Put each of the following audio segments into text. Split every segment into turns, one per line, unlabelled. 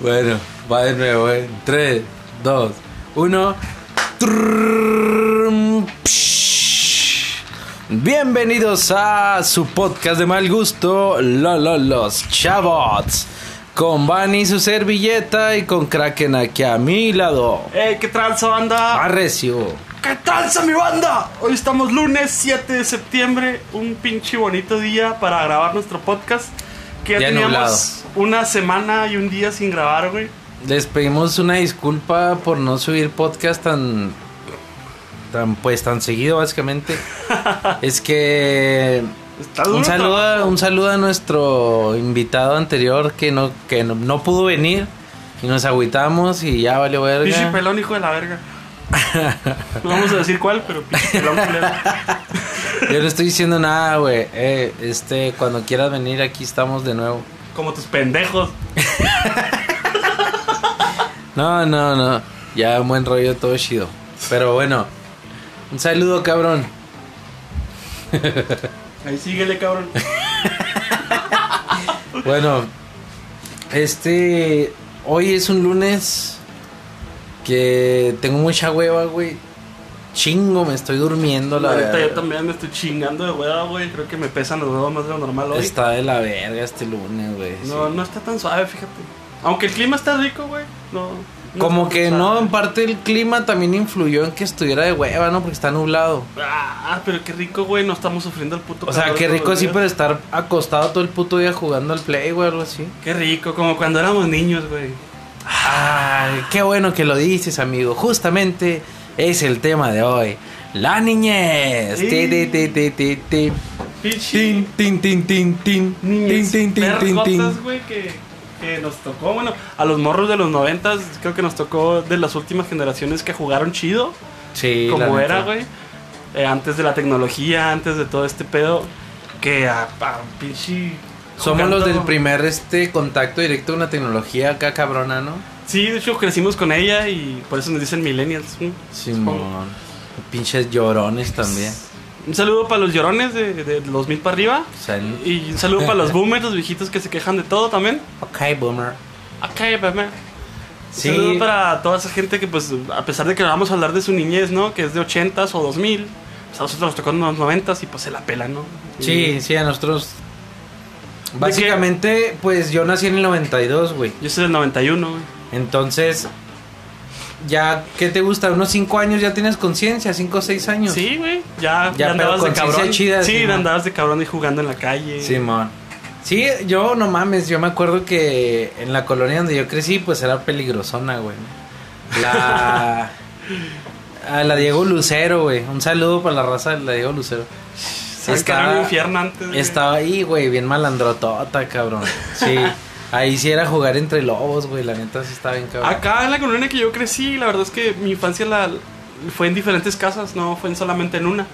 bueno, va de nuevo, ¿eh? 3, 2, 1. Bienvenidos a su podcast de mal gusto, lo, lo, los Chabots. Con Bani su servilleta y con Kraken aquí a mi lado.
¡Eh, qué tranza,
Ah.
banda!
Arrecio.
¡Qué tranza, mi banda! Hoy estamos lunes 7 de septiembre, un pinche bonito día para grabar nuestro podcast. Que ya
Día
teníamos
nublado.
una semana y un día sin grabar, güey.
Les pedimos una disculpa por no subir podcast tan. tan pues tan seguido, básicamente. es que.
Está duro.
Un saludo,
tra-
a- un saludo a nuestro invitado anterior que no, que no, no pudo venir. Y nos agüitamos y ya valió
Pinche
verga.
pelón, hijo de la verga. No vamos a decir cuál, pero pinche pelón culero.
Yo no estoy diciendo nada, güey. Eh, este, cuando quieras venir aquí estamos de nuevo.
Como tus pendejos.
No, no, no. Ya un buen rollo todo chido. Pero bueno. Un saludo, cabrón.
Ahí síguele, cabrón.
Bueno, este. Hoy es un lunes que tengo mucha hueva, güey. Chingo, me estoy durmiendo, la
Ahorita yo
verdad.
también me estoy chingando de hueva, güey. Creo que me pesan los huevos más de lo normal hoy.
Está de la verga este lunes, güey.
No, no está tan suave, fíjate. Aunque el clima está rico, güey. No,
sí.
no
Como
está tan
que no,
suave.
en parte el clima también influyó en que estuviera de hueva, ¿no? Porque está nublado.
Ah, pero qué rico, güey. No estamos sufriendo el puto
O sea,
calor
qué
todos
rico
los
sí,
días.
pero estar acostado todo el puto día jugando al play, güey, algo así.
Qué rico, como cuando éramos niños, güey.
Ay, qué bueno que lo dices, amigo. Justamente es el tema de hoy. La niñez.
Sí.
Ti, ti, ti, ti, ti, ti. Tin,
Pinche
tin, tin, tin, tin. Tin,
niñez
tin, tin, tin,
perrotas,
tin.
güey, que, que nos tocó. Bueno, a los morros de los noventas, creo que nos tocó de las últimas generaciones que jugaron chido.
Sí, la
como era,
neta.
güey. Eh, antes de la tecnología, antes de todo este pedo. Que a, a pinche.
Somos los
jugando-
del primer este contacto directo con la tecnología acá cabrona, ¿no?
Sí, de hecho crecimos con ella y por eso nos dicen millennials. ¿no? Supongo.
Simón. Pinches llorones también.
Un saludo para los llorones de, de los mil para arriba.
Sal-
Y un saludo para los boomers, los viejitos que se quejan de todo también.
Ok, boomer.
Acá, bebé.
Sí.
Un saludo para toda esa gente que, pues, a pesar de que vamos a hablar de su niñez, ¿no? Que es de 80s o 2000, pues a nosotros nos tocó en los 90s y pues se la pela, ¿no?
Sí,
Y
sí, a nosotros. Básicamente, pues yo nací en el 92, güey.
Yo soy del 91, güey.
Entonces, ya, ¿qué te gusta? Unos 5 años ya tienes conciencia, 5 o 6 años.
Sí, güey. Ya,
Ya, pero
andabas de
conciencia
cabrón.
chida,
sí,
Simón.
andabas de cabrón y jugando en la calle.
Simón. Sí, yo no mames, yo me acuerdo que en la colonia donde yo crecí, pues era peligrosona, güey. La. A la Diego Lucero, güey. Un saludo para la raza de la Diego Lucero.
Se estaba en el infierno antes. güey.
Estaba ahí, güey, bien malandrotota, cabrón. Sí. Ahí sí era jugar entre lobos, güey. La neta sí estaba bien cabrón.
Acá en la colonia que yo crecí, la verdad es que mi infancia la, fue en diferentes casas, no fue en solamente en una.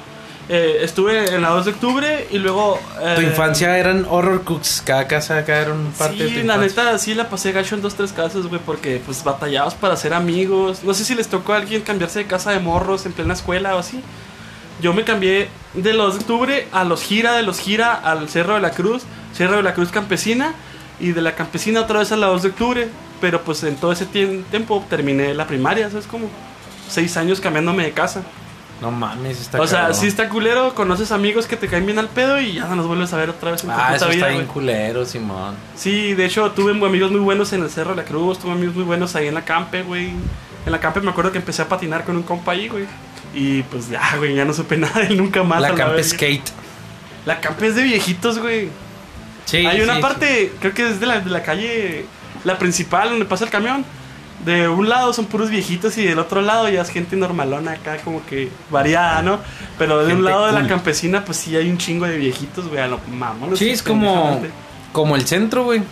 Eh, estuve en la 2 de octubre y luego...
Tu
eh,
infancia eran horror cooks. Cada casa acá era un parte de tu
Sí, la
infancia.
neta, sí la pasé gacho en dos, tres casas, güey, porque pues batallabas para ser amigos. No sé si les tocó a alguien cambiarse de casa de morros en plena escuela o así. Yo me cambié de los de octubre a los gira, de los gira al Cerro de la Cruz, Cerro de la Cruz Campesina, y de la Campesina otra vez a la 2 de octubre. Pero pues en todo ese tiem- tiempo terminé la primaria, ¿sabes cómo? Seis años cambiándome de casa.
No mames, está
o sea,
cabrón.
sí está culero, conoces amigos que te caen bien al pedo y ya no los vuelves a ver otra vez en tu
Ah,
puta
eso está
vida,
bien
güey.
culero, Simón.
Sí, de hecho tuve amigos muy buenos en el Cerro de la Cruz, tuve amigos muy buenos ahí en la campe, güey. En la campe me acuerdo que empecé a patinar con un compa ahí, güey. Y pues ya, güey, ya no supe nada de él nunca más. a
La camp
verga.
skate.
La campe es de viejitos, güey.
Sí,
Hay una
sí,
parte, creo que es de la, de la calle, la principal, donde pasa el camión. De un lado son puros viejitos y del otro lado ya es gente normalona acá, como que variada, ¿no? Pero de un
Gente
lado de la
cool.
campesina, pues sí hay un chingo de viejitos, güey, a lo mamón.
sí. Sí, es como, como el centro, güey.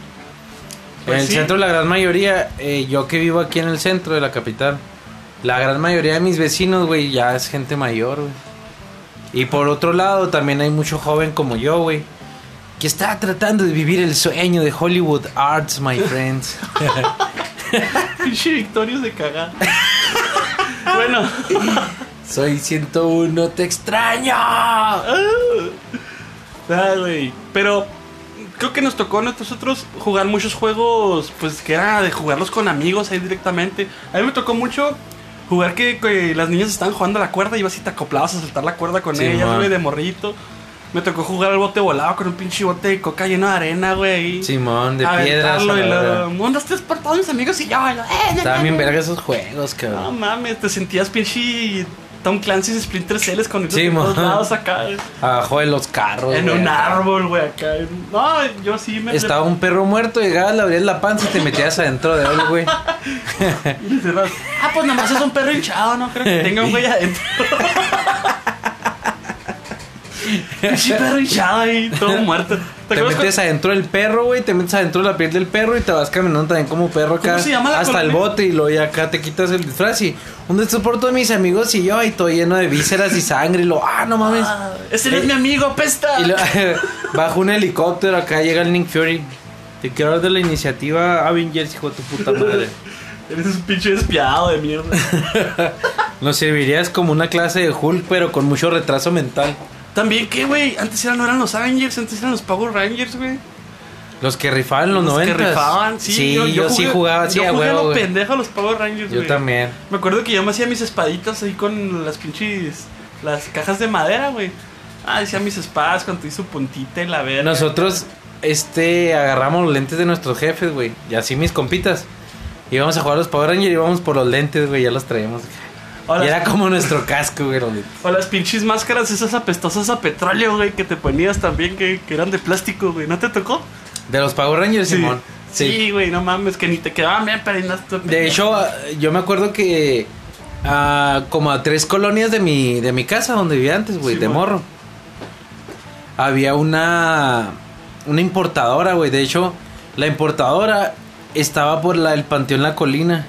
Pues
en el
sí.
centro, la gran mayoría, eh, yo que vivo aquí en el centro de la capital, la gran mayoría de mis vecinos, güey, ya es gente mayor, güey. Y por otro lado, también hay mucho joven como yo, güey, que está tratando de vivir el sueño de Hollywood Arts, my friends.
Pinche victorios de cagar. bueno.
Soy 101, te extraño.
Ah, güey. Pero creo que nos tocó a nosotros jugar muchos juegos, pues que era de jugarlos con amigos ahí directamente. A mí me tocó mucho jugar que, que las niñas estaban jugando a la cuerda y ibas y te acoplabas a saltar la cuerda con
Sí,
ellas,
ma.
güey, de morrito. Me tocó jugar al bote volado con un pinche bote de coca lleno de arena, güey.
Simón, de piedras.
Aventarlo
a la
y
verga.
luego, "No, no estés por todos mis amigos y yo. y yo, "Eh, no,
Estaban
no,
bien
no".
verga esos juegos,
No
cabrón.
mames, te sentías pinche Tom Clancy's Splinter Cells con
Sí,
sí, todos
mo.
lados acá.
Abajo de los carros.
En
güey.
un árbol, güey, acá. No, yo sí me...
Estaba un perro muerto, llegabas, le abrías la panza y te metías adentro de él, güey.
Y se va, Ah, pues nomás es un perro hinchado, no creo que tenga un güey adentro. Pinche perro hinchado ahí, todo muerto. ¿Te
Te
acuerdas
metes adentro del perro, güey, te metes adentro de la piel del perro y te vas caminando también como perro acá.
¿Cómo se llama la
hasta
colonia?
el bote y luego ya acá te quitas el disfraz y un por todos mis amigos y yo y todo lleno de vísceras y sangre y lo, ah, no mames.
cuando- Ah, Ese no es mi amigo, pesta.
Y lo- Ah, bajo un helicóptero, acá llega el Nick Fury. Te quiero hablar de la iniciativa Avengers, hijo de tu puta madre.
Eres un pinche despiadado de mierda.
Nos servirías como una clase de Hulk, pero con mucho retraso mental.
También, ¿qué, güey? Antes eran, no eran los Avengers, antes eran los Power Rangers, güey.
Los que rifaban en los,
Los
90.
que rifaban, sí.
yo, sí jugaba así
yo
a
jugué a
huevo,
lo
güey.
pendejo a los Power Rangers,
Yo
güey.
también.
Me acuerdo que yo me hacía mis espaditas ahí con las pinches. las cajas de madera, güey. Ah, hacía mis espadas cuando hizo puntita y la verga.
Nosotros, este, agarramos los lentes de nuestros jefes, güey. Y así mis compitas. Íbamos a jugar a los Power Rangers y íbamos por los lentes, güey. Ya los traíamos.
O las,
Y era como nuestro casco, güey. los lentes.
o las pinches máscaras esas apestosas a petróleo, güey, que te ponías también, que, que eran de plástico, güey. ¿No te tocó?
De los Power Rangers, Simón.
Sí, güey, no mames, que ni te quedaban bien prendas. tú,
De
pendejo.
hecho, ah, yo me acuerdo que ah, como a tres colonias de mi, de mi casa donde vivía antes, güey,
Sí,
de
mo.
morro. Había una, una importadora, güey. De hecho, la importadora estaba por la, el Panteón La Colina.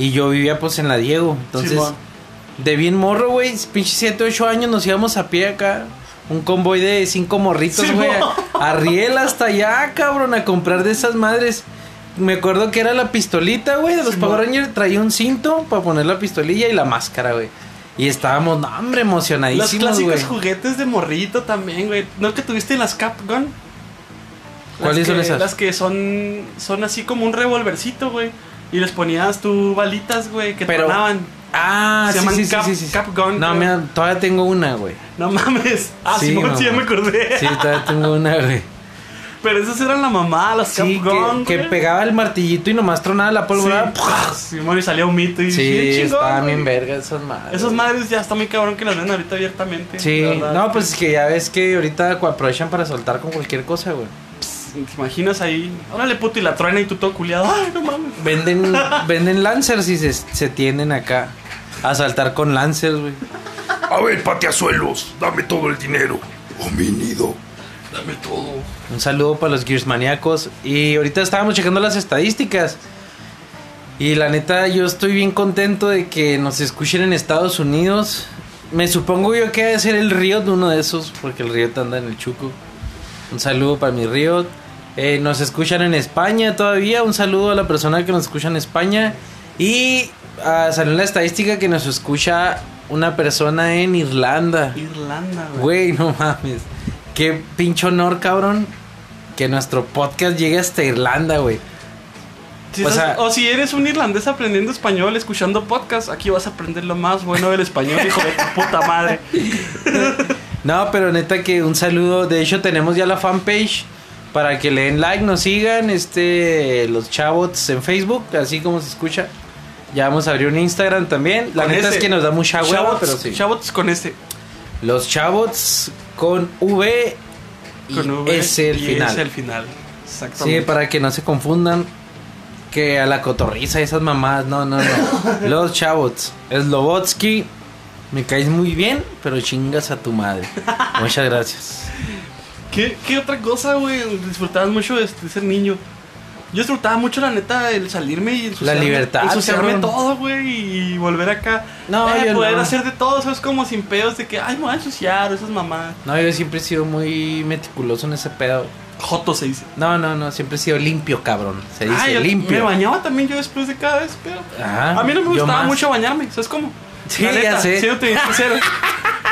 Y yo vivía pues en la Diego. Entonces,
Simón.
de bien morro, güey, pinche 7, 8 años nos íbamos a pie acá. Un convoy de cinco morritos,
Sí,
güey.
mo.
a a riel hasta allá, cabrón, a comprar de esas madres. Me acuerdo que era la pistolita, güey, de los
Sí,
Power
mo.
Rangers. Traía un cinto para poner la pistolilla y la máscara, güey. Y estábamos, no, hombre,
Los
emocionadísimos,
clásicos
güey.
juguetes de morrito también, güey. ¿No que tuviste en las Capgun?
¿Cuáles
Las
son
que-
esas?
Las que son, son así como un revolvercito, güey. Y les ponías tú balitas, güey, que
Pero-
tronaban.
Ah,
Se
sí,
llaman
sí, sí,
Cap-
sí, sí.
Capgun,
No,
creo.
mira, todavía tengo una, güey.
No mames. Ah,
Sí,
sí,
mamá.
sí, ya me acordé.
Sí, todavía tengo una, güey.
Pero esas eran la mamá, las
Sí,
Capgun,
que, que
güey.
pegaba el martillito y nomás tronaba la pólvora.
Sí, Simón, y salía un mito. Y
Sí,
bien chingón,
estaban
güey.
bien verga esas madres.
Esas madres ya están muy cabrón que las ven ahorita abiertamente.
Sí,
la verdad.
no, pues es que ya ves que ahorita aprovechan para soltar con cualquier cosa, güey.
Te imaginas ahí. Órale, puto, y la truena y tú todo culiado. Ay, no mames.
Venden, venden Lancers y se, se tienden acá a saltar con Lancers, güey.
A ver, patiazuelos, dame todo el dinero. Homínido.
Dame todo.
Un saludo para los Gears maníacos. Y ahorita estábamos checando las estadísticas. Y la neta, yo estoy bien contento de que nos escuchen en Estados Unidos. Me supongo yo que debe ser el Riot uno de esos, porque el Riot anda en el chuco. Un saludo para mi Riot. Eh, nos escuchan en España todavía. Un saludo a la persona que nos escucha en España. Y ah, salió la estadística que nos escucha una persona en Irlanda.
Irlanda,
Güey,
güey.
no mames. Qué pinche honor, cabrón. Que nuestro podcast llegue hasta Irlanda, güey.
Si
o
estás- o,
sea-
si eres un irlandés aprendiendo español, escuchando podcast, aquí vas a aprender lo más bueno del español, hijo de tu puta madre.
No, pero neta que un saludo. De hecho, tenemos ya la fanpage. Para que le den like, nos sigan, este, los chavots en Facebook, así como se escucha. Ya vamos a abrir un Instagram también. La
Con
neta
ese.
es que nos da mucha hueva,
Chabots-
pero sí.
Chabots con este.
Los chavots con V y
Con V.
S el
y
final.
Es el final.
Sí,
Exactamente.
para que no se confundan que a la cotorriza esas mamás, no, no, no. Los chavos, Slobotsky, me caes muy bien, pero chingas a tu madre. Muchas gracias.
¿Qué, qué otra cosa, güey? Disfrutabas mucho de, de ser niño. Yo disfrutaba mucho, la neta, el salirme y ensuciarme,
La libertad,
ensuciarme
cabrón.
todo, güey, y volver acá.
No,
Eh,
yo
poder
no.
hacer de todo, eso es como sin pedos de que, ay, me voy a ensuciar, esas mamadas.
No, yo siempre he sido muy meticuloso en ese pedo.
Joto se dice.
No, no, no, siempre he sido limpio, cabrón. Se dice
Ah, yo Me
limpio.
bañaba también yo después de cada vez, pero.
Ajá,
a mí no me
yo
gustaba
más.
mucho bañarme, ¿sabes cómo?
Sí,
La
ya sé.
siéndote bien sincero.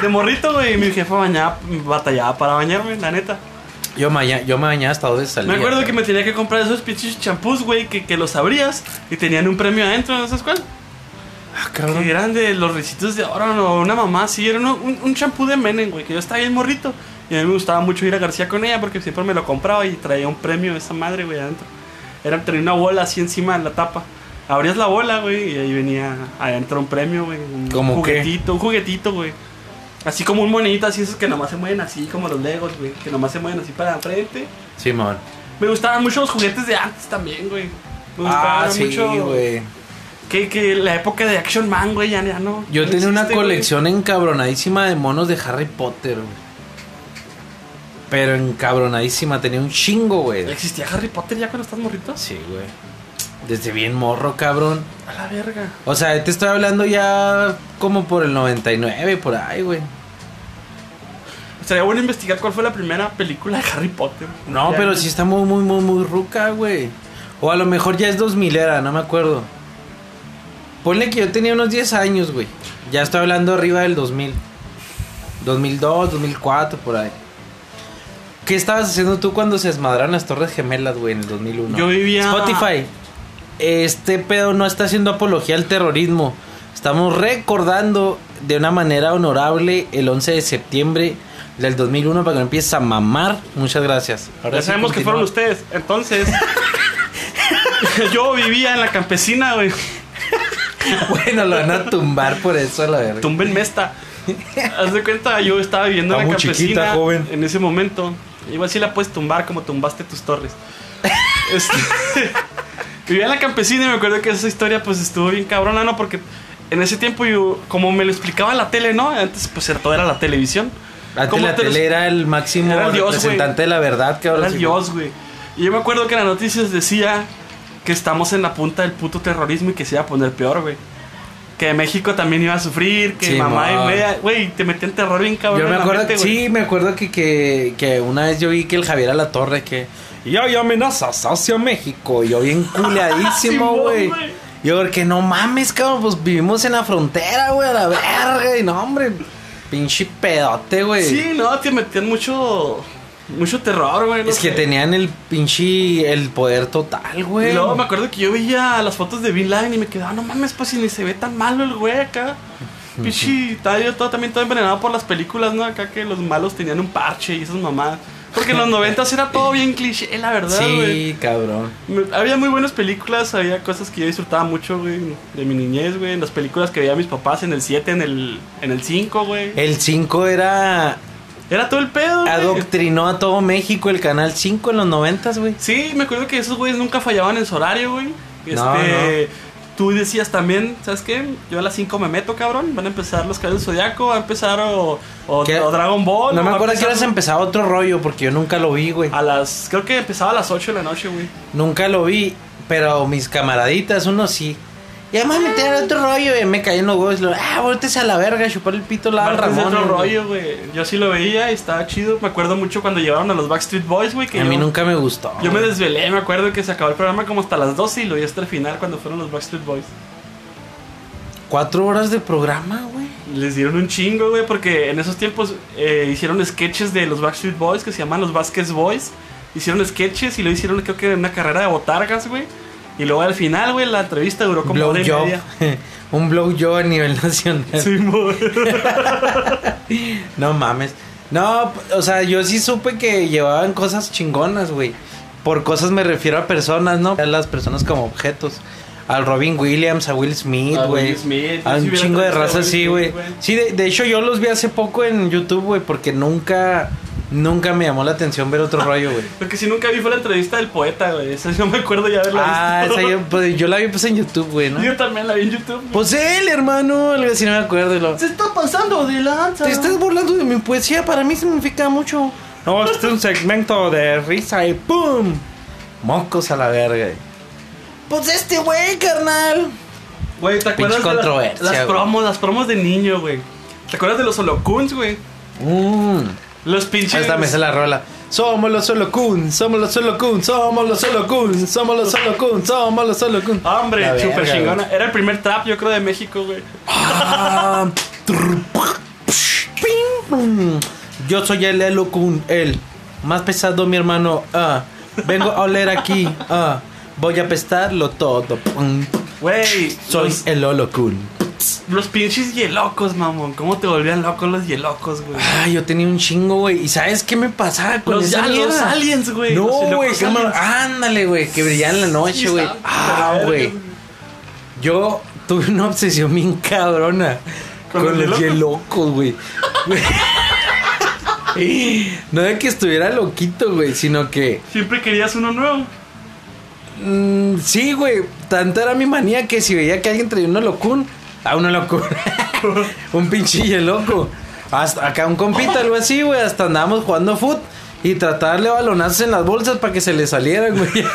de morrito, güey. Y mi jefa bañaba, batallaba para bañarme, la neta.
Yo, maña- yo me bañaba hasta dos veces al
Me
día,
acuerdo
güey.
que me tenía que comprar esos pinches champús, güey, que, que los abrías y tenían un premio adentro, ¿no sabes cuál?
Ah,
Que
cabrón.
eran de los ricitos de ahora, no, una mamá así, era uno- un un champú de Menem, güey, que yo estaba bien morrito. Y a mí me gustaba mucho ir a García con ella porque siempre me lo compraba y traía un premio de esa madre, güey, adentro. Era, tenía una bola así encima de la tapa. Abrías la bola, güey, y ahí venía adentro un premio, güey. Un
¿Cómo qué?
juguetito, un juguetito, güey. Así como un monedito, así esos que nomás se mueven así, como los Legos, güey. Que nomás se mueven así para frente.
Simón.
Me gustaban mucho los juguetes de antes también, güey. Me gustaban
Ah, sí,
mucho.
güey.
Que, que la época de Action Man, güey, ya, ya no.
Yo
no
tenía una
existe, güey.
colección encabronadísima de monos de Harry Potter, güey. Pero encabronadísima, tenía un chingo, güey.
¿Existía Harry Potter ya cuando estás morritos?
Sí, güey. Desde bien morro, cabrón.
A la verga.
O sea, te estoy hablando ya como por el 99, por ahí, güey.
Sería bueno investigar cuál fue la primera película de Harry Potter.
No,
Ya,
pero
güey.
sí está muy, muy, muy, muy ruca, güey. O a lo mejor ya es 2000 era, no me acuerdo. Ponle que yo tenía unos 10 años, güey. Ya estoy hablando arriba del 2000. 2002, 2004, por ahí. ¿Qué estabas haciendo tú cuando se desmadraron las Torres Gemelas, güey, en el 2001?
Yo vivía-
Spotify. Este pedo no está haciendo apología al terrorismo. Estamos recordando de una manera honorable el 11 de septiembre del 2001 para que no empieces a mamar. Muchas gracias. Ahora
Ya
sí,
sabemos que
continúa.
fueron ustedes. Entonces. yo vivía en la campesina, güey.
Bueno, lo van a tumbar por eso, a la verga.
Tumben mesta. Haz de cuenta, yo estaba viviendo
Está
en la
muy
campesina
chiquita, joven.
en ese momento. Igual sí la puedes tumbar como tumbaste tus torres. Este, vivía en la campesina y me acuerdo que esa historia pues estuvo bien cabrona, ¿no? Porque en ese tiempo yo, como me lo explicaba la tele, ¿no? Antes pues era- todo era la televisión.
Antes
¿Cómo
la
te lo-
tele era el máximo
Era el dios,
representante de la verdad, que ahora
Era el Dios, güey. Y yo me acuerdo que en las noticias decía que estamos en la punta del puto terrorismo y que se iba a poner peor, güey. Que México también iba a sufrir, que
Sí,
mamá
mon.
y media. Güey, te metían terror bien cabrón.
Yo
en
me
la
acuerdo,
mente, güey.
sí, me acuerdo que, que, que una vez yo vi que el Javier a la Torre que yo yo amenazas hacia México, yo bien culeadísimo,
Simón,
güey.
güey.
Yo porque no mames, cabrón, pues vivimos en la frontera, güey, a la verga, y no, hombre, pinche pedote, güey.
Sí, no, te metían mucho. Mucho terror, güey. no
es que
sé.
tenían el pinche el poder total, güey.
Y luego me acuerdo que yo veía las fotos de Bin Laden y me quedaba, no mames, pues si ni se ve tan malo el güey acá. Pichi, estaba yo todo, también todo envenenado por las películas, ¿no? Acá que los malos tenían un parche y esas mamadas. Porque en los noventas era todo bien cliché, la verdad, güey.
Sí, cabrón.
Me- Había muy buenas películas, había cosas que yo disfrutaba mucho, güey, de mi niñez, güey. En las películas que veía mis papás en el 7, en el, en el 5, güey.
El 5 era
Era todo el pedo, güey.
adoctrinó a todo México el canal 5 en los 90, güey.
Sí, me acuerdo que esos güeyes nunca fallaban en su horario, güey. Este,
No,
Tú decías también, ¿sabes qué? Yo a las 5 me meto, cabrón. Van a empezar los Caballeros del Zodiaco, va a empezar o, o-
¿Qué?
o Dragon Ball.
No me
o Ah. va a
acuerdo que
empezar-
horas empezaba otro rollo porque yo nunca lo vi, güey.
A las, creo que empezaba a las 8 de la noche, güey.
Nunca lo vi, pero mis camaraditas, uno sí. Y además me tiraron otro rollo y me caí en los huevos. y lo- Ah, voltese a la verga, chupar el pito la
Martes de
Ramón.
otro
güey.
rollo, güey. Yo sí lo veía y estaba chido. Me acuerdo mucho cuando llevaron a los Backstreet Boys, güey. que
A
yo-
mí nunca me gustó.
Yo me
güey.
desvelé, me acuerdo que se acabó el programa como hasta las 12 y lo vi hasta el final cuando fueron los Backstreet Boys.
Cuatro horas de programa, güey.
Les dieron un chingo, güey, porque en esos tiempos eh, hicieron sketches de los Backstreet Boys que se llaman los Vasquez Boys. Hicieron sketches y lo hicieron, creo que en una carrera de botargas, güey. Y luego al final, güey, la entrevista duró como
Blow
hora y
job.
media.
Un blow job a nivel nacional.
Sí, mo-
No mames. No, p- o sea, yo sí supe que llevaban cosas chingonas, güey. Por cosas me refiero a personas, ¿no? A las personas como objetos. Al Robin Williams, a Will Smith,
A Will
güey.
Smith,
A
yo sí
un
hubiera
chingo de
traído a
raza
Will
así,
Smith,
güey.
güey.
Sí, de, de hecho yo los vi hace poco en YouTube, güey, porque nunca, nunca me llamó la atención ver otro rollo, güey.
Lo que sí nunca vi fue la entrevista del poeta, güey. Esa no me acuerdo ya haberla
Ah,
visto.
esa yo, pues, yo la vi pues en YouTube, güey, ¿no?
Yo también la vi en YouTube.
Pues él, hermano, algo así, no me acuerdo. y lo-
Se está pasando de lanza.
Te estás burlando de mi poesía, para mí significa mucho. No, este es un segmento de risa y ¡pum! Mocos a la verga. Pues este güey, carnal.
Güey, ¿te
Pinche
acuerdas de la-
controversia,
las
güey.
promos, las promos de niño, güey? ¿Te acuerdas de los holocuns, güey?
Mmm.
Los pinches.
Esta me sé la rola. Somos los solo kun, somos los solo kun, somos los solo kun, somos los solo kun, somos los solo kun.
Hombre,
La
súper
verga,
chingona.
güey.
Era el primer trap, yo creo, de México, güey.
Ah, trrr, psh, ping. Mm, Yo soy el Elo Kun, el más pesado, mi hermano. ah. vengo a oler aquí. ah. voy a apestarlo todo. pum.
Güey,
Soy
los,
el Olo Kun.
los pinches hielocos, mamón. ¿Cómo te volvían locos los hielocos, güey?
Ah, yo tenía un chingo, güey. ¿Y sabes qué me pasaba con
Los,
esa
ya- los
mierda?
aliens, güey.
No,
los hielocos
güey, qué
aliens.
mal- Ándale, güey, que brillaba en la noche, güey.
está-
Ah, güey. Yo tuve una obsesión bien cabrona
¿Con
con,
los
los hielocos, güey. Güey. no de que estuviera loquito, güey, sino que.
Siempre querías uno nuevo.
mm, sí, güey. Tanta era mi manía que si veía que alguien traía un holocún, a un holocún. un pinche hieloco. Hasta acá un compita, algo así, güey. Hasta andábamos jugando foot. Y tratarle balonazos en las bolsas para que se le salieran, güey.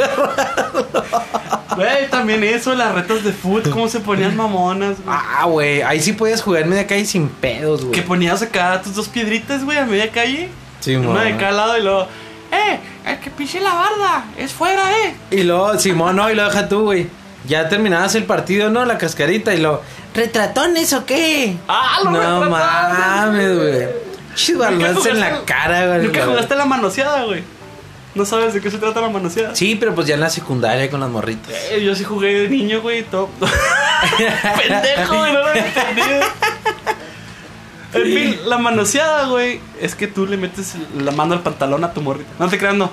Güey, también eso, las retas de foot, cómo se ponían mamonas, güey.
Ah, güey, ahí sí podías jugar en media calle sin pedos, güey.
Que ponías acá tus dos piedritas, güey, a media calle.
Sí,
una
mamá.
de cada lado y luego, ¡eh! El que piche la barda, es fuera, ¿eh?
Y luego, Simón, no, y lo deja tú, güey. Ya terminabas el partido, ¿no? La cascarita y lo. ¿Retratones o qué?
¡Ah, lo
No
retrataron,
mames, güey. Chido,
Nunca
balonazos en la
jugaste-
cara, güey.
Nunca
cabrón.
jugaste la manoseada, güey. No sabes de qué se trata la manoseada.
Sí, pero pues ya en la secundaria con las morritas.
Eh, yo sí jugué de niño, güey, y todo. Pendejo, güey, no lo había entendido. En fin, la manoseada, güey, es que tú le metes la mano al pantalón a tu morrita. No te creas, no.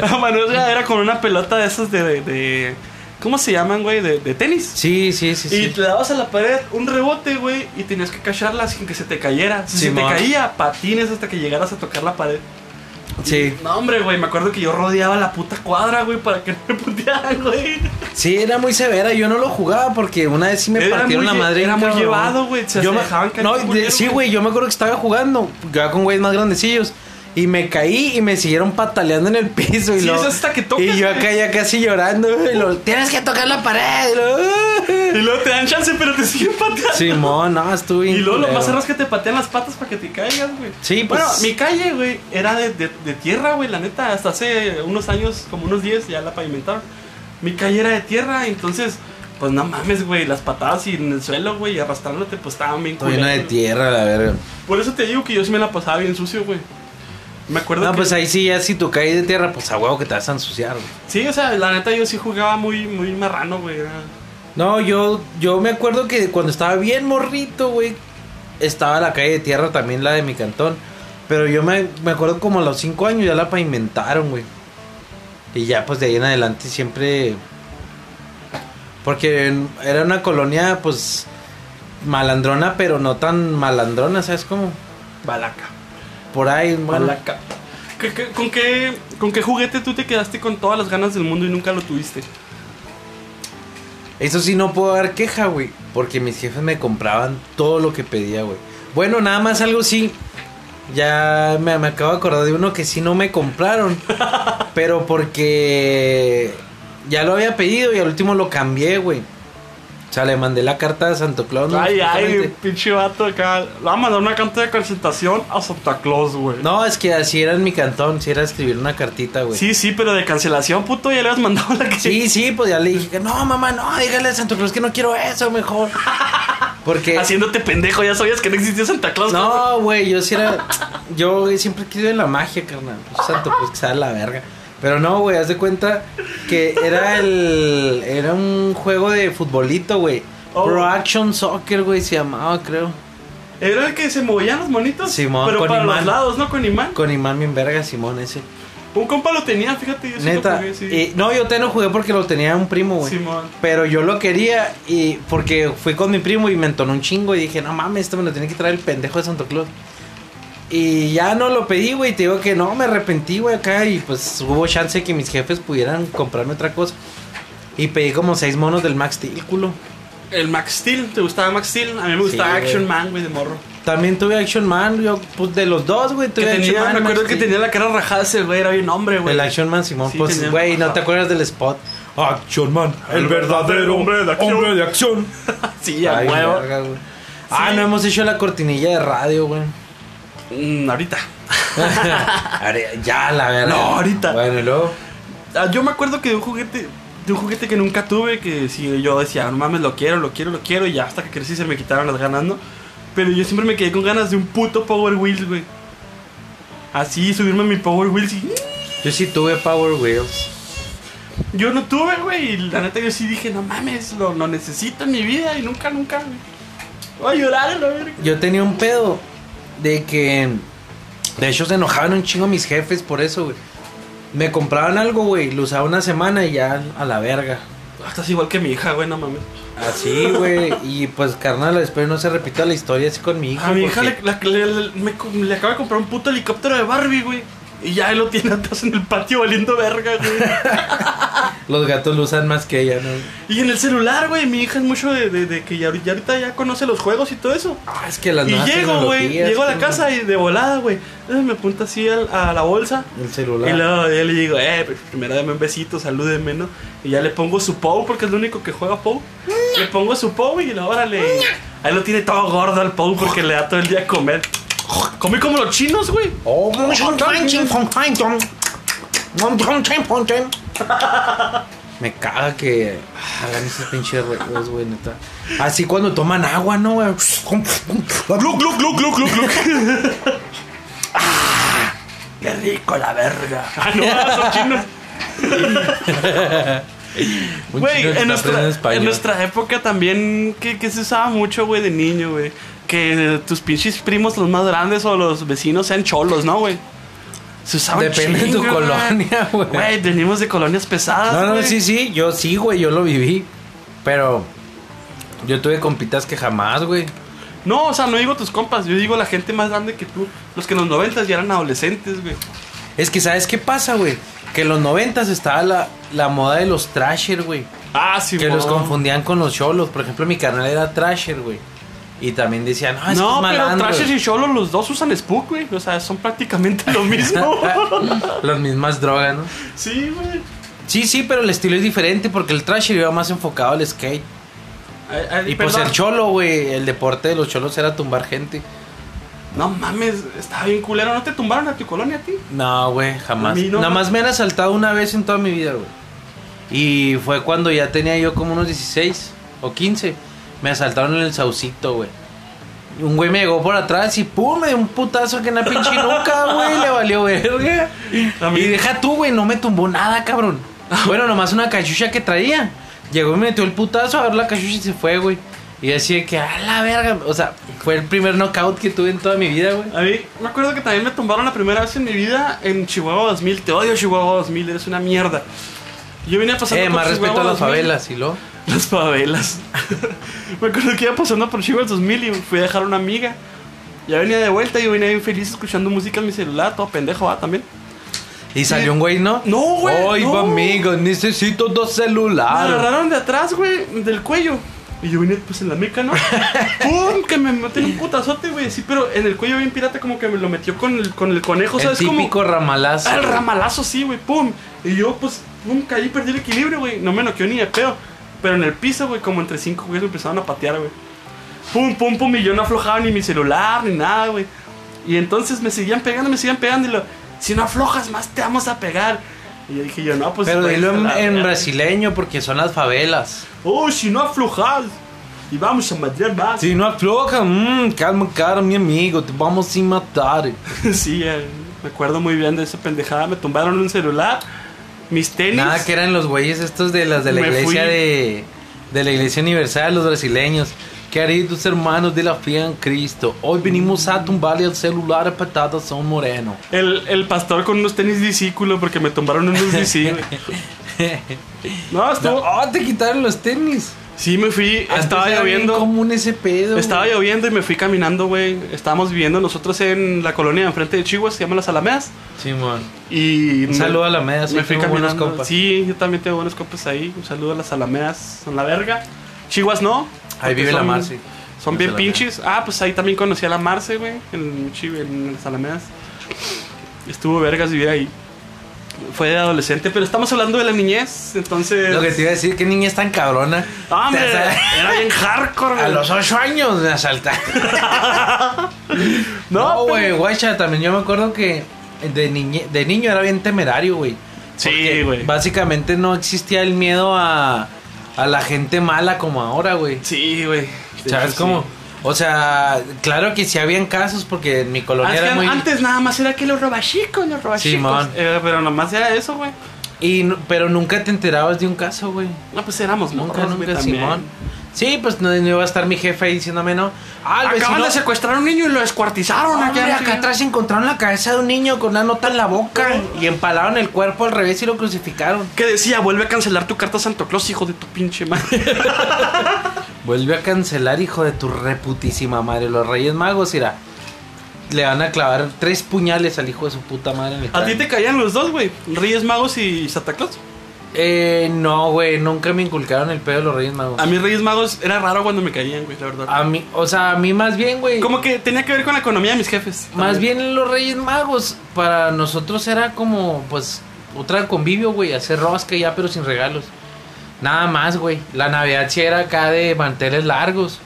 la manoseada era con una pelota de esas de. de- de- ¿Cómo se llaman, güey? De, de tenis.
Sí, sí, sí,
Y
sí.
te dabas a la pared un rebote, güey, y tenías que cacharla sin que se te cayera. Si se te
Simón.
caía, patines hasta que llegaras a tocar la pared.
Sí,
No, hombre, güey, me acuerdo que yo rodeaba la puta cuadra, güey, para que no me putearan, güey.
sí, era muy severa. Yo no lo jugaba porque una vez sí me
Era
partieron
muy
la
lle-
madre.
era muy
cabrón.
llevado, güey, se
Yo me-
dejaban caer
No,
como
de-
culero,
sí,
güey.
güey, yo me acuerdo que estaba jugando ya con güeyes más grandecillos. Y me caí y me siguieron pataleando en el piso. Y
Sí,
luego-
eso es hasta que tocas,
Y yo
güey.
acá ya casi llorando. Y lo, Tienes que tocar la pared. y
Y
lo- "Ah".
luego te dan chance, pero te siguen pateando.
Simón, no, estuve.
Y
bien
luego lo
culero.
más raro es que te patean las patas para que te caigas, güey.
Sí, pues-
Bueno, mi calle, güey, era de, de- de tierra, güey, la neta. Hasta hace unos años, como unos 10, ya la pavimentaron. Mi calle era de tierra, entonces, pues no mames, güey, las patadas y en el suelo, güey, y arrastrándote, pues estaban bien
Estoy lleno de
culeros.
tierra, la verga.
Por eso te digo que yo sí me la pasaba bien sucio, güey. Me acuerdo
No,
que...
pues ahí sí, ya si tú caes de tierra, pues a huevo que te vas a ensuciar, güey.
Sí, o sea, la neta yo sí jugaba muy, muy marrano, güey. era-
No, yo, yo me acuerdo que cuando estaba bien morrito, güey, estaba la calle de tierra también, la de mi cantón. Pero yo me, me acuerdo como a los cinco años ya la pavimentaron, güey. Y ya pues de ahí en adelante siempre... Porque en- era una colonia pues malandrona, pero no tan malandrona, ¿sabes cómo?
Balaca.
Por ahí, bueno,
Balaca. ¿Qué- qué- con, qué, ¿Con qué juguete tú te quedaste con todas las ganas del mundo y nunca lo tuviste?
Eso sí, no puedo dar queja, güey. Porque mis jefes me compraban todo lo que pedía, güey. Bueno, nada más algo sí. Ya me, me acabo de acordar de uno que sí no me compraron. pero porque ya lo había pedido y al último lo cambié, güey. O sea, le mandé la carta a Santo Claus. ¿no?
ay, ay,
Justamente.
pinche vato acá. Le va a mandar una carta de presentación a Santa Claus, güey.
No, es que así era en mi cantón. Si era escribir una cartita, güey.
Sí, sí, pero de cancelación, puto, ya le has mandado la que...
sí, sí, pues ya le dije que no, mamá, no, dígale a Santo Claus que no quiero eso, mejor. Porque.
Haciéndote pendejo, ya sabías que no existía Santa Claus. cabrón.
No, güey, yo sí era. Yo siempre quise la magia, carnal. Pues, santo, pues que sea la verga. Pero no, güey, haz de cuenta que era el. Era un juego de futbolito, güey.
Oh.
Pro Action Soccer, güey, se llamaba, creo.
Era el que se movían los monitos,
Simón,
pero
con
para los
imán.
lados, ¿no? Con imán.
Con imán bien verga, Simón, ese.
Un compa lo tenía, fíjate, yo sí lo
Neta.
jugué, sí.
Y- no, yo te lo jugué porque lo tenía un primo, güey.
Simón.
Pero yo lo quería y porque fui con mi primo y me entonó un chingo y dije, no mames, esto me lo tiene que traer el pendejo de Santo Claus. Y ya no lo pedí, güey, te digo que no, me arrepentí, güey, acá y pues hubo chance que mis jefes pudieran comprarme otra cosa. Y pedí como seis monos del Max Steel, culo.
El Max Steel, ¿te gustaba Max Steel? A mí me
Sí,
gustaba
güey.
Action Man, güey, de morro.
También tuve Action Man, yo pues de los dos, güey,
Que
tuve Action
tenía-
Man.
me
Max
acuerdo que
Steel.
tenía la cara rajada ese güey, era bien hombre, güey.
El Action Man, Simón,
Sí,
pues
tenía-
güey, no
ajá.
te acuerdas del spot. Action Man, el verdadero hombre de acción. Hombre de acción.
Sí, a
Ay,
huevo.
verga, güey. Ah, no hemos hecho la cortinilla de radio, güey.
Mm, ahorita.
Are- ya, la verdad.
No, ahorita.
Bueno, y luego.
Ah, yo me acuerdo que de un juguete, de un juguete que nunca tuve, que si yo decía, no mames, lo quiero, lo quiero, lo quiero, y ya hasta que crecí se me quitaron las ganas, ¿no? Pero yo siempre me quedé con ganas de un puto Power Wheels, güey. Así, subirme a mi Power Wheels y... "Mm,
Yo sí tuve Power Wheels.
Yo no tuve, güey. Y la neta yo sí dije, no mames, lo, lo necesito en mi vida. Y nunca, nunca, güey. Voy a llorar a la verga.
Yo tenía un pedo de que. De hecho, se enojaban un chingo mis jefes por eso, güey. Me compraban algo, güey, lo usaba una semana y ya a la verga.
Ah, Estás igual que mi hija, güey, no mames.
Así, güey. Y pues, carnal, espero no se repita la historia así con mi hija.
A mi hija
porque-
le, la- le- le- me co- le acaba de comprar un puto helicóptero de Barbie, güey. Y ya lo tiene atrás en el patio valiendo verga, güey.
Los gatos lo usan más que ella, ¿no?
y en el celular, güey. Mi hija es mucho de, de- de que ya, ya ahorita ya conoce los juegos y todo eso.
Ah, es que las
y
nuevas
llego, güey.
tecnologías,
Llego a la
carnal.
casa y de volada, güey. eh, Me apunta así al- a la bolsa.
El
Y
celular.
luego yo le digo, eh, pues, primero dame un besito, salúdeme, ¿no? Y ya le pongo su Pou, porque es lo único que juega Pou. Le pongo su Pou y luego, órale. Ahí lo tiene todo gordo al Pou porque le da todo el día a comer. Comí como los chinos, güey.
Oh, Me caga que hagan esos pinches ruegos, güey, neta. Así cuando toman agua, ¿no, güey?
Look, look, look, look, look, look.
Qué rico la verga. Ah, no, son chinos.
Un
Güey,
chino que
en,
está
nuestra-
aprendiendo español.
en nuestra época también, que, que se usaba mucho, güey, de niño, güey. Que tus pinches primos, los más grandes o los vecinos sean cholos, ¿no, güey? Se usaba un
Depende de tu
chingo, güey.
colonia, güey.
Güey, venimos de colonias pesadas.
No, no,
güey.
sí, sí, yo sí, güey, yo lo viví. Pero yo tuve compitas que jamás, güey.
No, o sea, no digo tus compas, yo digo la gente más grande que tú. Los que en los noventas ya eran adolescentes, güey.
Es que, ¿sabes qué pasa, güey? Que en los noventas estaba la, la moda de los trasher, güey.
Ah, sí,
Que
mo.
los confundían con los cholos. Por ejemplo, mi carnal era trasher, güey. Y también decían, ah, es
No,
que es
pero
malandro".
Trashers y Cholos, los dos usan Spook, güey. O sea, son prácticamente lo mismo.
Las mismas drogas, ¿no?
sí, güey.
Sí, sí, pero el estilo es diferente porque el trasher iba más enfocado al skate.
Ay, ay,
Y pues
perdón.
el cholo, güey, el deporte de los cholos era tumbar gente.
No mames, estaba bien culero. ¿No te tumbaron a tu colonia a ti?
No, güey,
A
jamás.
mí no.
Nada más me han asaltado una vez en toda mi vida, güey. Y fue cuando ya tenía yo como unos 16 o 15. Me asaltaron en el saucito, güey. Un güey me llegó por atrás y pum, me dio un putazo que en la pinche nuca, güey. Le valió verga.
A mí-
Y deja tú, güey, no me tumbó nada, cabrón. Bueno, nomás una cachucha que traía. Llegó y me metió el putazo, agarró la cachucha y se fue, güey. Y así de que, a la verga. O sea, fue el primer knockout que tuve en toda mi vida, güey.
A mí, me acuerdo que también me tumbaron la primera vez en mi vida en Chihuahua 2000. Te odio, Chihuahua 2000, eres una mierda. Yo venía pasando
Eh,
por
más respeto
Chihuahua
a las
2000.
favelas, ¿y lo?
Las favelas. me acuerdo que iba pasando por Chihuahua 2000 y fui a dejar a una amiga. Ya venía de vuelta y yo venía bien feliz escuchando música en mi celular, todo pendejo, ah, también.
Y salió un güey, ¿no?
No, güey,
Oigo,
no.
amigo, necesito dos
Me
celulares.
agarraron de atrás, güey, del cuello. Y yo vine pues en la meca, ¿no? ¡Pum! Que me meten un putazote, güey. Sí, pero en el cuello bien pirata, como que me lo metió con el, con el conejo,
El
¿sabes?
típico
como,
ramalazo.
Ah, el ramalazo, sí, güey, pum. Y yo, pues, pum, caí, perdí el equilibrio, güey. No me noqueó ni de pedo. Pero en el piso, güey, como entre cinco güeyes me empezaron a patear, güey. Pum, pum, pum, y yo no aflojaba ni mi celular, ni nada, güey. Y entonces me seguían pegando, me seguían pegando. Y lo, si no aflojas más, te vamos a pegar. Y yo dije yo, no, pues.
Pero
güey,
dilo en,
la
en
verga.
brasileño porque son las favelas.
Oh, si no aflojas. Y vamos a madrear más.
Si no afloja, mmm, calma, cara, mi amigo, te vamos a matar.
sí, eh, me acuerdo muy bien de esa pendejada. Me tumbaron un celular, mis tenis.
Nada que eran los güeyes estos de las de la
Me
iglesia
fui.
de, de la iglesia universal, los brasileños. Queridos hermanos de la fe en Cristo, hoy venimos a tumbarle el celular a patadas a un moreno.
El, el pastor con unos tenis discículo porque me tumbaron unos DC, güey. No, estuvo.
Ah, te quitaron los tenis.
Sí, me fui. Ah, estaba
Antes era bien
lloviendo.
común ese pedo.
Estaba
güey.
lloviendo y me fui caminando, güey. Estábamos viviendo nosotros en la colonia de enfrente de Chihuahua, se llama Las Alamedas.
Simón.
Y.
Un
me-
saludo a la media, sí,
Me fui
tengo buenos
caminando.
compas.
Sí, yo también tengo buenos compas ahí. Un saludo a las Alamedas, son la verga. Chihuas no. porque
Ahí vive la
son-
Marci.
Son
Las
bien
Alamedas.
pinches. Ah, pues ahí también conocí a la Marce, güey. En, Chi- en las Alamedas. Estuvo vergas vivir ahí. Fue de adolescente, pero estamos hablando de la niñez, entonces.
Lo que te iba a decir, qué niña es tan cabrona.
¡Ah, hombre!
Te asal-
Era bien hardcore,
A
güey.
los ocho años me asaltaron.
No,
No,
pero-
güey, guacha, también yo me acuerdo que de, niñe- de niño era bien temerario, güey.
Sí,
Porque
güey.
Básicamente no existía el miedo a, a la gente mala como ahora, güey.
Sí, güey.
¿Sabes
Sí.
cómo? O sea, claro que sí habían casos porque en mi colonia
Antes,
era muy...
Ah, antes nada más era que los robachicos, los robachicos.
Simón.
Eh, pero nomás era eso, güey.
Y, no- pero nunca te enterabas de un caso, güey.
No, pues éramos
Nunca,
morros, güey,
nunca,
también.
Simón. Sí, pues no, no iba a estar mi jefe ahí diciéndome, no. Ah, el
Acaban
vecino-
de secuestrar a un niño y lo descuartizaron
Hombre,
allá.
acá atrás encontraron la cabeza de un niño con una nota en la boca y empalaron el cuerpo al revés y lo crucificaron.
Que decía, vuelve a cancelar tu carta a Santo Claus, hijo de tu pinche madre.
Vuelve a cancelar, hijo de tu reputísima madre. Los Reyes Magos, irá. Le van a clavar tres puñales al hijo de su puta madre en el
a ti
cráneo.
te caían los dos, güey. Reyes Magos y Santa Claus.
Eh, no, güey, nunca me inculcaron el pedo de los Reyes Magos.
A mí Reyes Magos era raro cuando me caían, güey, la verdad.
A mí, o sea, a mí más bien, güey.
Como que tenía que ver con la economía de mis jefes.
Más
también.
bien los Reyes Magos, para nosotros era como, pues, otra convivio, güey, hacer rosca ya, pero sin regalos. Nada más, güey. La Navidad sí era acá de manteles largos,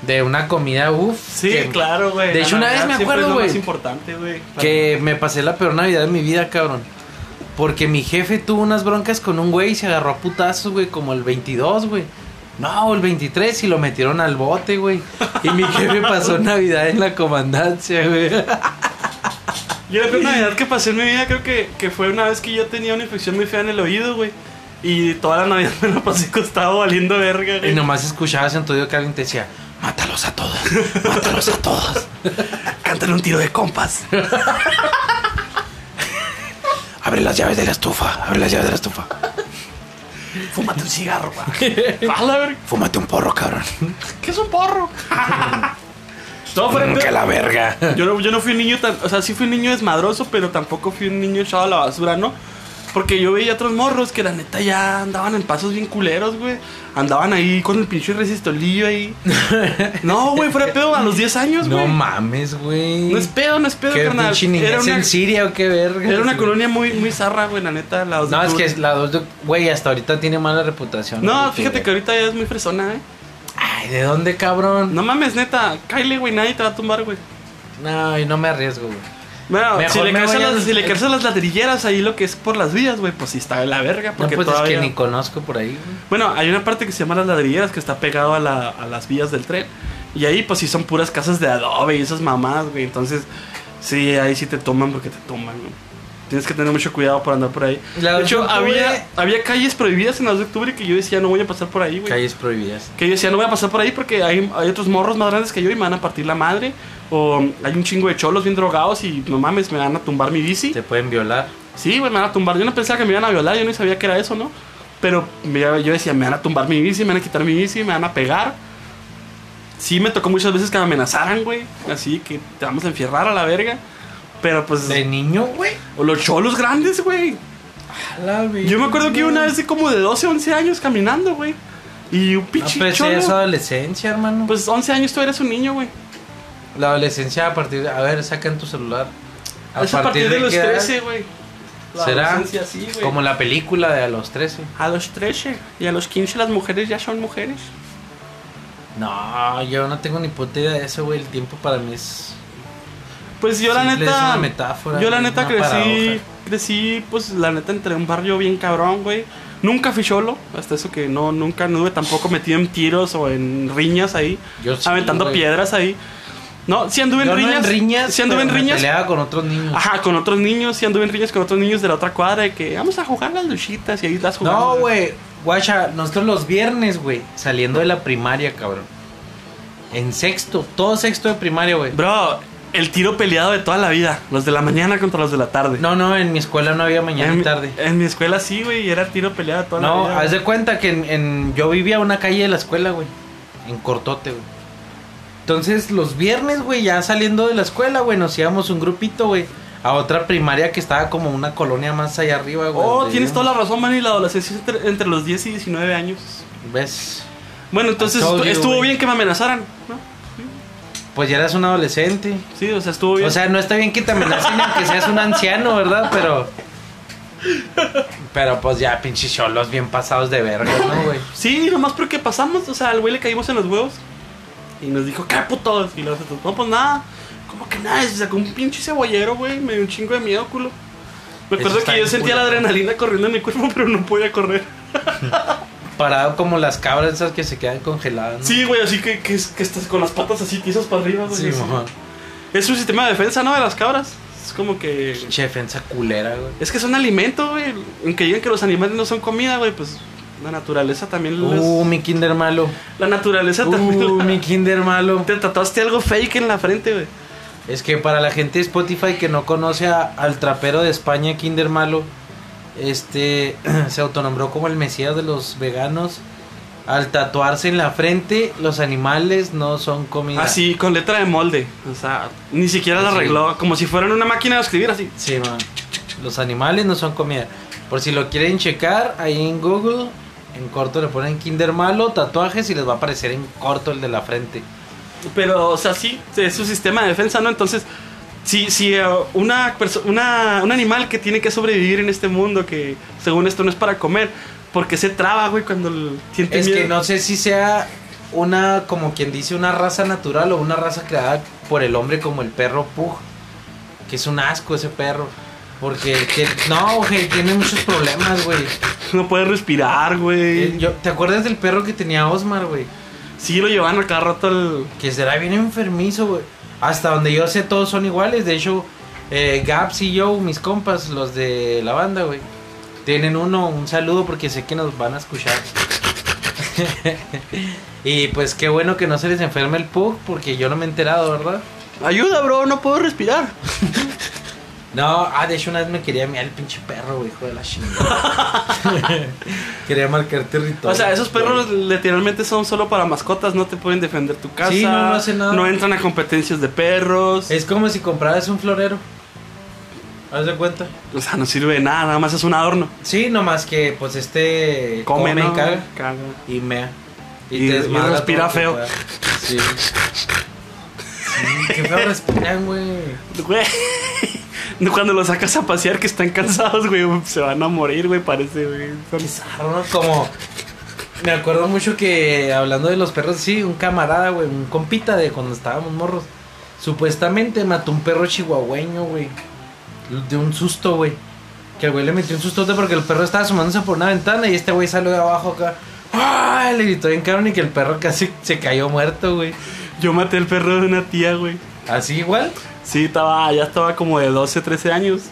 de una comida, uff.
Sí, claro, güey.
de
La
hecho, una vez
Navidad
me
siempre
acuerdo,
es lo
güey,
más importante, güey.
Que me pasé la peor Navidad de mi vida, cabrón. Porque mi jefe tuvo unas broncas con un güey y se agarró a putazos, güey, como el 22, güey. No, el 23 y lo metieron al bote, güey. Y mi jefe pasó Navidad en la comandancia, güey.
Yo la peor Navidad que pasé en mi vida creo que, que fue una vez que yo tenía una infección muy fea en el oído, güey. Y toda la Navidad me la pasé costado valiendo verga,
Y
güey.
nomás escuchabas en tu oído que alguien te decía, mátalos a todos, mátalos a todos.
Cántale un tiro de compas.
Abre las llaves de la estufa, abre las llaves de la estufa.
Fúmate un cigarro, güey. Fala, verga.
Fúmate un porro, cabrón.
¿Qué es un porro? no, fue-
Mm, que la verga.
Yo no, yo no fui un niño tan. O sea, sí fui un niño desmadroso, pero tampoco fui un niño echado a la basura, ¿no? Porque yo veía otros morros que la neta ya andaban en pasos bien culeros, güey. Andaban ahí con el pinche resistolillo ahí. No, güey, fuera de pedo a los 10 años,
No
güey. No,
mames, güey.
es pedo, no es pedo,
¿Qué
carnal.
pinche niñez
Era una,
en Siria o qué verga?
era una colonia muy, muy zarra, güey, la neta. La
No, es que la dos de- Güey, hasta ahorita tiene mala reputación.
No,
güey,
fíjate que ahorita ya es muy fresona, eh.
Ay, ¿de dónde, cabrón?
No mames, neta. Cállate, güey, nadie te va a tumbar, güey.
No, y no me arriesgo, güey.
Bueno,
Mejor
si le
me
caes a
voy
las,
al-
si le caes a las ladrilleras ahí lo que es por las vías, güey, pues sí está de la verga,
No,
porque
pues
todavía...
es que ni conozco por ahí, güey.
Bueno, hay una parte que se llama las ladrilleras que está pegado a, la- a las vías del tren. Y ahí pues sí son puras casas de adobe y esas mamás, güey. Entonces, sí, ahí sí te toman porque te toman, güey. Tienes que tener mucho cuidado por andar por ahí.
La
de hecho,
dos de octubre-
había, había calles prohibidas en las de octubre que yo decía no voy a pasar por ahí, güey.
Calles prohibidas.
Que yo decía, no voy a pasar por ahí porque hay, hay otros morros más grandes que yo y me van a partir la madre. O um, hay un chingo de cholos bien drogados y no mames, me van a tumbar mi bici.
Te pueden violar.
Sí, güey, me van a tumbar. Yo no pensaba que me iban a violar, yo no sabía que era eso, ¿no? Pero me- yo decía, me van a tumbar mi bici, me van a quitar mi bici, me van a pegar. Sí, me tocó muchas veces que me amenazaran, güey. Así que te vamos a enfierrar a la verga. Pero pues,
¿De niño, güey?
o los cholos grandes, güey. Yo me acuerdo que iba una vez de como de 12, 11 años caminando, güey. Y un
No,
pinche
pues sí,
cholo.
es adolescencia, hermano.
Pues 11 años tú eres un niño, güey.
La adolescencia a partir de... A ver, sacan tu celular.
Es a partir de, los
qué edad?
13, güey. La
¿Será?
adolescencia, sí, güey.
Como la película de a los 13.
A los 13 y a los 15 las mujeres ya son mujeres.
No, yo no tengo ni puta idea de eso, güey. El tiempo para mí es...
Pues yo la
Simple,
neta...
es una metáfora,
Yo la
es
neta
una
crecí...
paradoja.
Crecí, pues la neta, entre un barrio bien cabrón, güey. Nunca fui solo, hasta eso que no, nunca anduve tampoco metido en tiros o en riñas ahí.
Yo sí,
aventando
güey.
piedras ahí. No, sí anduve en
Yo no
riñas.
en riñas.
Sí anduve en
pero me
riñas, Ah,
Peleaba con otros niños.
Ajá, con otros niños, sí anduve en riñas con otros niños de la otra cuadra de que vamos a jugar las luchitas y ahí las jugamos.
No, güey. Guacha, nosotros los viernes, güey, saliendo de la primaria, cabrón. En sexto, todo sexto de primaria, güey.
Bro, el tiro peleado de toda la vida. Los de la mañana contra los de la tarde.
No, no, en mi escuela no había mañana
en,
y
mi-
tarde.
En mi escuela sí, güey, y era tiro peleado de toda
No,
la vida.
haz de cuenta que en, en- yo vivía una calle de la escuela, güey. En Cortote, güey. Entonces, los viernes, güey, ya saliendo de la escuela, güey, nos íbamos un grupito, güey, a otra primaria que estaba como una colonia más allá arriba, güey.
Oh,
donde
tienes
vivíamos.
toda la razón, man, y la adolescencia es entre, entre los 10 y 19 años.
¿Ves?
Bueno, entonces
I told
estu-
you,
estuvo
güey.
bien que me amenazaran, ¿no?
Pues ya eras un adolescente.
Sí, o sea, estuvo bien.
O sea, no está bien que te amenacen aunque seas un anciano, ¿verdad? Pero. Pero pues ya, pinches cholos bien pasados de verga, ¿no, güey?
sí, nomás porque pasamos, o sea, al güey le caímos en los huevos. Y nos dijo, ¿qué putos? Y nosotros, no, pues nada. Como que nada, se sacó un pinche cebollero, güey. Me dio un chingo de miedo, culo. Me
Eso
acuerdo
está
que yo
bien
sentía
culo.
la adrenalina corriendo en mi cuerpo, pero no podía correr.
parado como las cabras esas que se quedan congeladas. ¿no?
Sí, güey, así que, que, que estás con las patas así tizas para arriba, güey.
Sí,
así.
mamá.
Es un sistema de defensa, ¿no? De las cabras. Es como que.
Pinche defensa culera, güey.
Es que son alimento, güey. Aunque digan que los animales no son comida, güey, pues la naturaleza también lo es.
Uh, mi kinder malo.
La naturaleza también.
Uh,
la-
mi kinder malo.
Te tatuaste algo fake en la frente, güey.
Es que para la gente de Spotify que no conoce a- al trapero de España, Kinder Malo, este se autonombró como el Mesías de los veganos. Al tatuarse en la frente, los animales no son comida.
Así, con letra de molde. O sea, ni siquiera la
Así.
arregló. Como si fueran una máquina de escribir así.
Sí, man. Los animales no son comida. Por si lo quieren checar, ahí en Google, en corto le ponen Kinder Malo, tatuajes y les va a aparecer en corto el de la frente.
Pero, o sea, sí, es su sistema de defensa, ¿no? Entonces, si, si eh, una perso- una, un animal que tiene que sobrevivir en este mundo, que según esto no es para comer, porque se traba, güey, cuando el- siente
Es
miedo?
que no sé si sea una, como quien dice, una raza natural o una raza creada por el hombre como el perro Pug. Que es un asco ese perro. Porque, te- no, güey, tiene muchos problemas, güey.
No puede respirar,
Eh,
güey.
yo- ¿Te acuerdas del perro que tenía Osmar, güey?
Sí, lo llevan a cada rato al...
Que será bien enfermizo, güey. Hasta donde yo sé, todos son iguales. De hecho, eh, Gaps y yo, mis compas, los de la banda, güey, tienen uno. Un saludo porque sé que nos van a escuchar. y pues qué bueno que no se les enferme el pug porque yo no me he enterado, ¿verdad?
Ayuda, bro, no puedo respirar.
No, ah, de hecho una vez me quería mirar el pinche perro, güey, hijo de la chingada. quería marcar territorio.
O sea, esos perros literalmente son solo para mascotas, no te pueden defender tu casa.
Sí, no, no hacen nada.
no entran a competencias de perros.
Es como si compraras un florero. ¿Haz de cuenta?
O sea, no sirve de nada, nada más es un adorno.
Sí, nomás que pues este
Come,
y
¿no?
caga
Caga.
y mea.
Y- y
desmadra todo
respira
lo
feo.
que pueda. Sí. Sí, Qué feo respiran, güey.
Güey. Cuando los sacas a pasear que están cansados, güey, se van a morir, güey, parece, güey.
Qué zarro, ¿no? Como. Me acuerdo mucho que hablando de los perros, sí, un camarada, güey, un compita de cuando estábamos morros. Supuestamente mató un perro chihuahueño, güey. De un susto, güey. Que el güey le metió un sustote porque el perro estaba asomándose por una ventana y este güey salió de abajo acá. ¡Ah! Le gritó bien cabrón y que el perro casi se cayó muerto, güey.
Yo maté el perro de una tía, güey.
¿Así igual?
Sí, estaba, ya estaba como de 12, 13 años.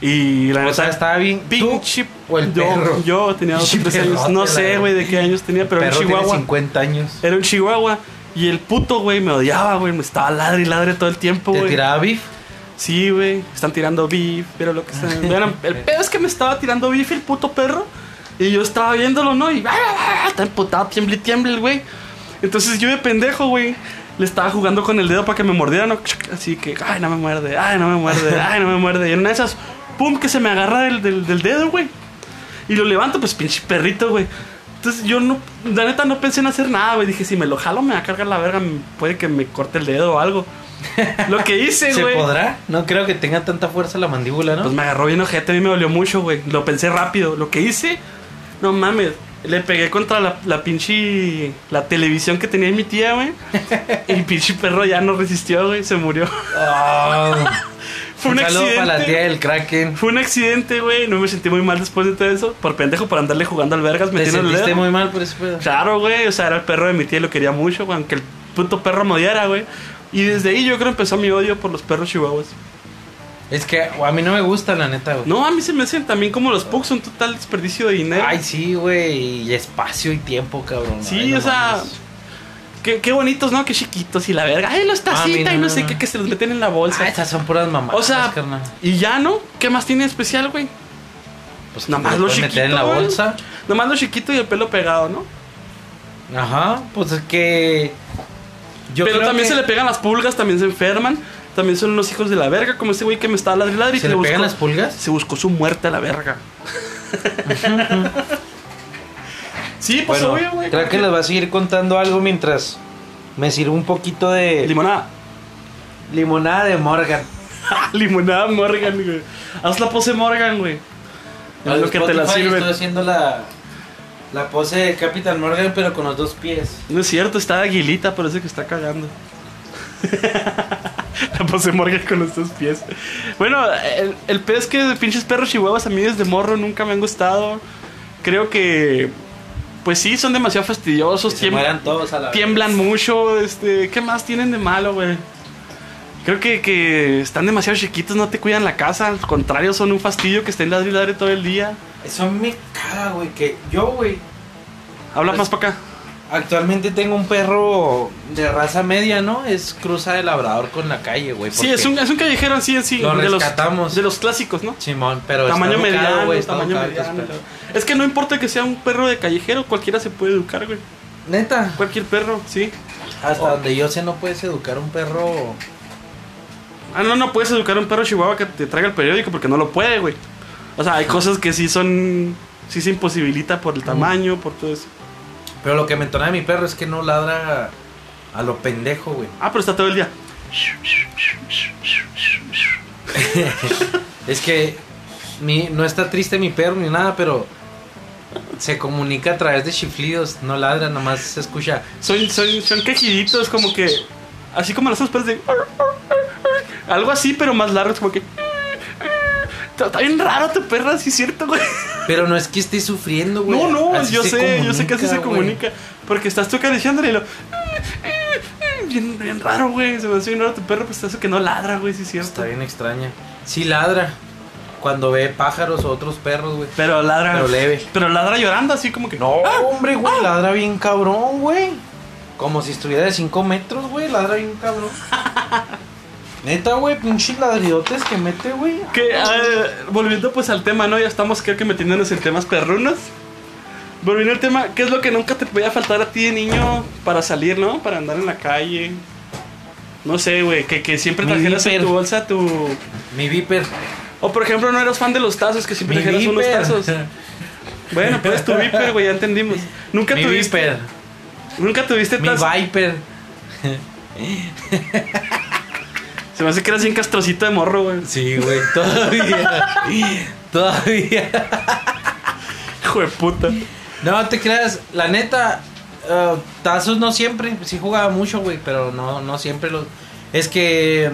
Y la
O sea, estaba bien.
Ah, pinche.
¿Tú o el
yo,
perro?
yo tenía 12,
Pinche
13 años.
perrote,
No
la
sé,
verdad.
güey, de qué años tenía, pero era
perro
un
tiene
chihuahua. Eh,
50 años.
Era un chihuahua. Y el puto, güey, me odiaba, güey. Me estaba ladre y ladre todo el tiempo,
¿Te
güey.
tiraba beef?
Sí, güey. Están tirando beef, pero lo que están. Bueno, el pedo es que me estaba tirando beef el puto perro. Y yo estaba viéndolo, ¿no? Y ah, está emputado, tiemble, y tiemble, el güey. Entonces yo de pendejo, güey. Le estaba jugando con el dedo para que me mordiera, ¿no? Así que, ay, no me muerde, ay, no me muerde, ay, no me muerde. Y en una de esas, pum, que se me agarra del, del- del dedo, güey. Y lo levanto, pues pinche perrito, güey. Entonces yo no, la neta no pensé en hacer nada, güey. Dije, si me lo jalo, me va a cargar la verga, me- puede que me corte el dedo o algo. Lo que hice,
¿Se
güey.
podrá? No creo que tenga tanta fuerza la mandíbula, ¿no?
Pues me agarró bien ojete, a mí me dolió mucho, güey. Lo pensé rápido. Lo que hice, no mames. Le pegué contra la, la pinche. La televisión que tenía mi tía, güey. Y el pinche perro ya no resistió, güey. Se murió.
Ah,
Fue un,
saludo
accidente.
para la tía del Kraken.
Fue un accidente, güey. No me sentí muy mal después de todo eso. Por pendejo, por andarle jugando al vergas,
Te
metiendo el
sentiste
dedo.
muy mal por ese pedo.
Claro, güey. O sea, era el perro de mi tía y lo quería mucho, güey. Aunque el puto perro me odiara, güey. Y desde ahí yo creo empezó mi odio por los perros chihuahuas.
Es que a mí no me gusta, la neta, güey.
No, a mí se me hacen también como los pugs un total desperdicio de dinero.
Ay, sí, güey. Y espacio y tiempo, cabrón.
Sí,
Ay, no
o sea,
mames.
Qué, qué bonitos, ¿no? Qué chiquitos y la verga. Ay, los tacitas
Ah,
y no
mira.
sé qué, que se los meten en la bolsa.
Ah, estas son puras mamadas.
o sea,
carnal.
y ya, ¿no? ¿Qué más tiene de especial, güey?
pues
nomás
te
lo
pueden meter en la
chiquito, güey.
bolsa.
Nomás lo chiquito y el pelo pegado, ¿no?
Ajá, pues es que. Yo
Pero
creo
también
que
se le pegan las pulgas, también se enferman. También son unos hijos de la verga, como ese güey que me estaba ladri ladri y
¿Se
que
le
buscó-
pegan las pulgas.
Se buscó su muerte a la verga. sí, pues
Bueno,
obvio, güey.
creo que les va a seguir contando algo mientras me sirvo un poquito de
Limonada. Ah,
limonada de Morgan.
Limonada Morgan, güey. Haz la pose Morgan, güey. Haz lo que te la
Spotify
sirven.
Estoy haciendo la, la pose de Capitán Morgan, pero con los dos pies.
No es cierto, está de aguilita, parece que está cagando. La pose morga con los dos pies. Bueno, el, el pedo es que pinches perros chihuahuas a mí desde morro nunca me han gustado. Creo que pues sí, son demasiado fastidiosos.
Que se mueran todos a la vez.
tiemblan mucho, este, ¿qué más tienen de malo, güey? Creo que, que están demasiado chiquitos, no te cuidan la casa, al contrario, son un fastidio que estén ladri y ladre todo el día.
Eso me caga, güey. Que yo, güey,
Habla más para acá.
Actualmente tengo un perro de raza media, ¿no? Es cruza de labrador con la calle, güey.
Sí,
porque-
es un, es un callejero así en sí,
Lo
de los,
rescatamos.
de los clásicos, ¿no?
Simón, pero está
tamaño
educado,
mediano,
güey, está
tamaño
educado,
mediano.
entonces,
Es que no importa que sea un perro de callejero, cualquiera se puede educar, güey.
pero- Neta,
Cualquier perro, sí.
hasta
Oh.
donde yo sé no puedes educar a un perro.
Ah, no, no puedes educar a un perro chihuahua que te traiga el periódico porque no lo puede, güey. O sea, hay cosas que sí son. Sí se imposibilita
Mm.
por el tamaño, por todo eso.
Pero lo que me entona de mi perro es que no ladra a lo pendejo, güey.
Ah, pero está todo el día.
Es que mi- no está triste mi perro ni nada, pero se comunica a través de chiflidos, no ladra, nomás se escucha.
Son, son, son quejiditos, como que. Así como los otros perros de. Algo así, pero más largos, como que. Está bien raro tu perra, sí, es cierto, güey.
Pero no es que esté sufriendo, güey.
No, no,
Así
yo
se
sé, yo sé que así se
güey.
comunica. Porque estás tú acariciándole y lo. Bien, bien raro, güey. Se me hace bien raro tu perro, pues eso que no ladra, güey, sí, es cierto.
Está bien extraña. Sí ladra cuando ve pájaros o otros perros, güey.
Pero ladra.
Pero leve.
Pero ladra llorando así como que.
No, hombre, güey,
ah.
ladra bien cabrón, güey. Como si estuviera de 5 metros, güey, ladra bien cabrón. Neta, güey, pinches ladridotes que mete, güey.
Que, eh, volviendo pues al tema, ¿no? Ya estamos creo que metiéndonos en temas perrunos. Volviendo al tema, ¿qué es lo que nunca te podía faltar a ti de niño para salir, ¿no? Para andar en la calle. No sé, güey, que, que siempre
Mi
trajeras en
viper.
tu bolsa tu...
Mi viper.
O por ejemplo, no eras fan de los tazos, que siempre
Mi
trajeras unos
viper.
tazos. Bueno, pues tu viper, güey, ya entendimos. Nunca
Mi
tuviste...
viper.
Nunca tuviste
Mi
tazos.
viper.
Se me hace que eras bien castrocito de morro, güey.
Sí, güey, todavía. todavía.
Hijo de puta.
No, te creas, la neta, eh, tazos no siempre, sí jugaba mucho, güey, pero no, no siempre los... Es que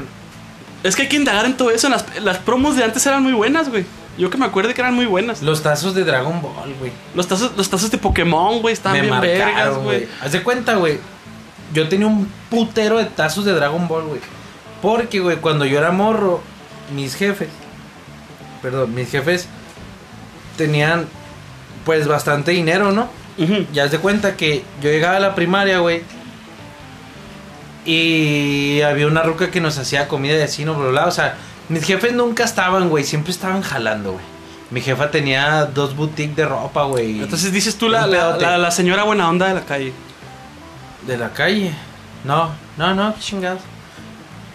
Es que hay que indagar en todo eso. Las, las promos de antes eran muy buenas, güey. Yo que me acuerdo que eran muy buenas.
los tazos de Dragon Ball, güey,
Los tazos, los tazos de Pokémon, güey, estaban
me
bien vergas,
marcaron,
güey.
güey. Haz de cuenta, güey, yo tenía un putero de tazos de Dragon Ball, güey. Porque, güey, cuando yo era morro, mis jefes, perdón, mis jefes tenían, pues, bastante dinero, ¿no?
Ujú.
ya se cuenta que yo llegaba a la primaria, güey. Y había una ruca que nos hacía comida de así, no, bla, bla, bla. O sea, mis jefes nunca estaban, güey. Siempre estaban jalando, güey. Mi jefa tenía dos boutiques de ropa, güey.
Entonces dices tú la,
Un
la,
pedote.
la- la señora buena onda de la calle.
De la calle. No, no, no, qué chingados.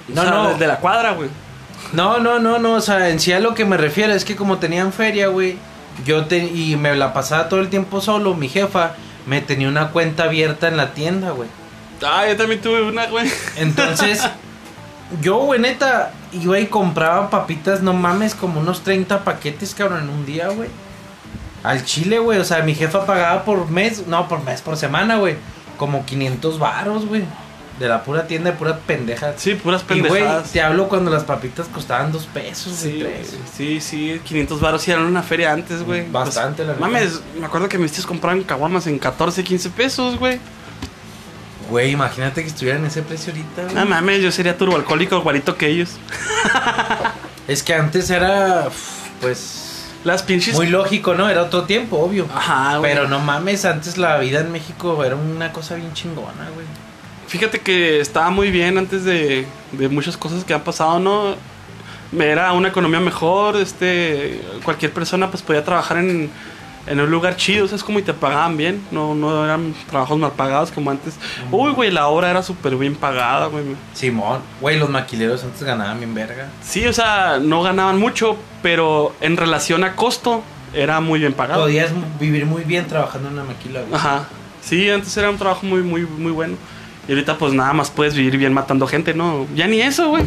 No,
O sea,
no.
de- De la cuadra, güey.
No, no, no, no, o sea, en sí a lo que me refiero es que como tenían feria, güey, yo te, y me la pasaba todo el tiempo solo, mi jefa me tenía una cuenta abierta en la tienda, güey.
Ah, yo también tuve una, güey.
Entonces, yo, güey, neta, iba y compraba papitas, no mames, como unos 30 paquetes, cabrón, en un día, güey. Al chile, güey, o sea, mi jefa pagaba por mes, no, por mes, por semana, güey. Como 500 varos, güey. De la pura tienda, de pura pendeja.
Sí, puras
Y, güey,
pendejadas.
te hablo cuando las papitas costaban dos pesos, güey,
Sí,
tres.
güey. sí, sí, 500 baros sí eran una feria antes, güey. Pues,
Bastante, la neta.
Mames, me acuerdo que mis tíos compraban caguamas en 14, 15 pesos, güey.
Güey, imagínate que estuvieran ese precio ahorita, güey.
No mames, yo sería turboalcohólico igualito que ellos.
Es que antes era, uf, pues,
Las pinches.
muy lógico, ¿no? Era otro tiempo, obvio.
Ajá, güey.
Pero no mames, antes la vida en México era una cosa bien chingona, güey.
Fíjate que estaba muy bien antes de, de muchas cosas que han pasado, ¿no? Era una economía mejor, este, cualquier persona pues podía trabajar en, en un lugar chido, ¿sabes? Como y te pagaban bien, no, no eran trabajos mal pagados como antes. Uy, güey, la obra era súper bien pagada, güey.
Simón, güey, los maquileros antes ganaban bien verga.
Sí, o sea, no ganaban mucho, pero en relación a costo era muy bien pagado.
Podías m- vivir muy bien trabajando en una maquila, güey.
Ajá. Sí, antes era un trabajo muy, muy, muy bueno. Y ahorita pues nada más puedes vivir bien matando gente, ¿no? Ya ni eso, güey.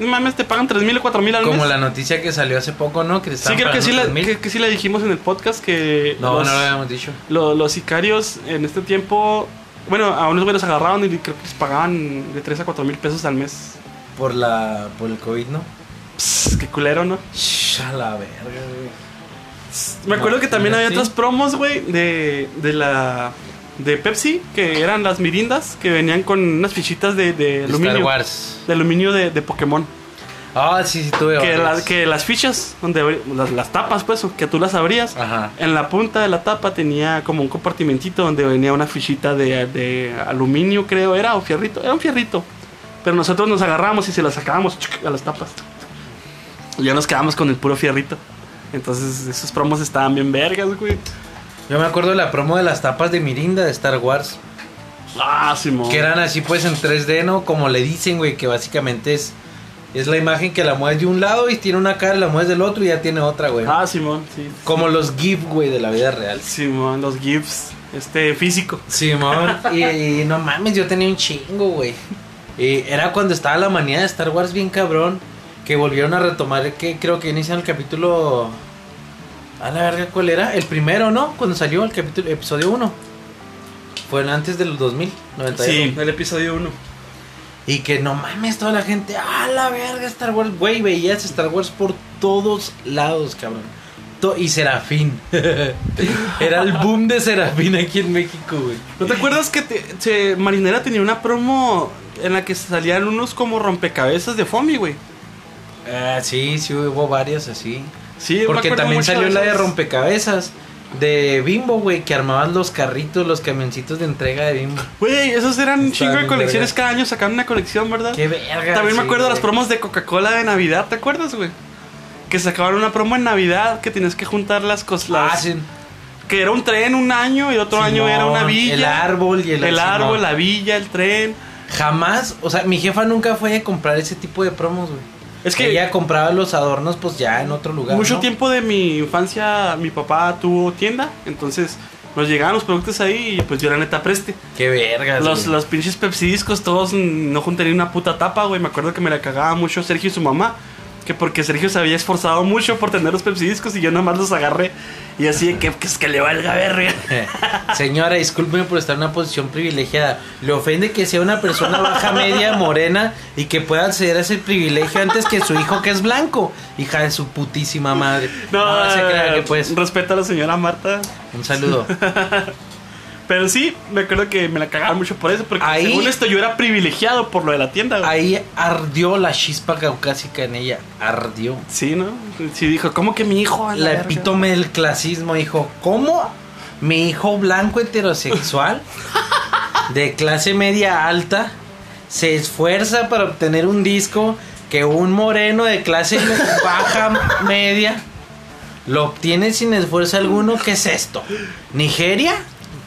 No mames, te pagan 3 mil o 4 mil al
Como
mes.
la noticia que salió hace poco, ¿no? Que le
Sí,
estaban
creo que
pagando
sí, la,
3,000.
que, que sí la dijimos en el podcast que
No,
los,
no lo habíamos dicho.
lo- los sicarios en este tiempo... Bueno, a unos güey los agarraron y creo que les pagaban de 3 a 4 mil pesos al mes.
Por la por el COVID, ¿no?
Pss, qué culero, ¿no?
Shh, a la verga, güey.
Me acuerdo que también
mira,
había
sí.
otras promos, güey, de, de la. de Pepsi, que eran las mirindas, que venían con unas fichitas de, de aluminio.
Star Wars.
De aluminio de, de Pokémon.
Ah, sí, sí, tuve
Que,
varias.
la- que las fichas, donde abri- las, las tapas, pues, que tú las abrías,
Ajá.
en la punta de la tapa tenía como un compartimentito donde venía una fichita de, de aluminio, creo, era, o fierrito, era un fierrito. Pero nosotros nos agarramos y se las sacábamos chuc, a las tapas. Y ya nos quedamos con el puro fierrito. Entonces, esos promos estaban bien vergas, güey.
Yo me acuerdo de la promo de las tapas de Mirinda de Star Wars.
Ah, Simón.
Que eran así pues en 3D, ¿no? Como le dicen, güey, que básicamente es, es la imagen que la mueves de un lado y tiene una cara, la mueves del otro y ya tiene otra, güey.
Ah, Simón, sí.
Como los GIF, güey, de la vida real.
Simón, los GIFs, este, físico.
Simón. y, y no mames, yo tenía un chingo, güey. Y era cuando estaba la manía de Star Wars bien cabrón. Que volvieron a retomar, que creo que inician el capítulo... A la verga, ¿cuál era? El primero, ¿no? Cuando salió el capítulo, episodio 1. Fue antes del 2000, 91.
Sí, el episodio 1.
Y que no mames, toda la gente, a la verga, Star Wars, güey, veías Star Wars por todos lados, cabrón. To- y Serafín. Era el boom de Serafín aquí en México, güey.
¿No te acuerdas que te- se- Marinera tenía una promo en la que salían unos como rompecabezas de Fomi, güey?
Ah, sí, sí, hubo varias así.
Sí,
Porque también salió la de rompecabezas de Bimbo, güey, que armaban los carritos, los camioncitos de entrega de Bimbo.
Güey, esos eran un
Estaban
chingo de
bien vergas.
colecciones. Cada año sacaban una colección, ¿verdad?
Qué verga.
También me
sí,
acuerdo de las
güey.
promos de Coca-Cola de Navidad, ¿te acuerdas, güey? Que sacaban una promo en Navidad que tenías que juntar las cosas.
Ah, sí.
Que era un tren un año y otro año
Simón,
era una villa.
El árbol y el
el, árbol,
Simón.
la villa, el tren.
Jamás, o sea, mi jefa nunca fue a comprar ese tipo de promos, güey.
Es que
ella compraba los adornos, pues ya en otro lugar.
Mucho
¿no?
tiempo de mi infancia, mi papá tuvo tienda, entonces nos llegaban los productos ahí y pues yo la neta preste.
Qué vergas.
Los,
güey.
los pinches pepsidiscos todos mm, no juntarían una puta tapa, güey. Me acuerdo que me la cagaba mucho Sergio y su mamá, que porque Sergio se había esforzado mucho por tener los pepsidiscos y yo nada más los agarré y así de que, que es que le valga verga.
Señora, discúlpeme por estar en una posición privilegiada. Le ofende que sea una persona baja, media, morena y que pueda acceder a ese privilegio antes que su hijo que es blanco. Hija de su putísima madre.
No,
se crea que pues.
Respeto a la señora Marta.
Un saludo.
Pero sí, me acuerdo que me la cagaba mucho por eso, porque
Ahí-
según esto yo era privilegiado por lo de la tienda, güey.
Ahí ardió la chispa caucásica en ella. Ardió.
Sí, ¿no? Sí, dijo, ¿cómo que mi hijo? A
La
verga?
epítome del clasismo, hijo. ¿Cómo? Mi hijo blanco heterosexual de clase media alta se esfuerza para obtener un disco que un moreno de clase me- baja media lo obtiene sin esfuerzo alguno. ¿Qué es esto? ¿Nigeria?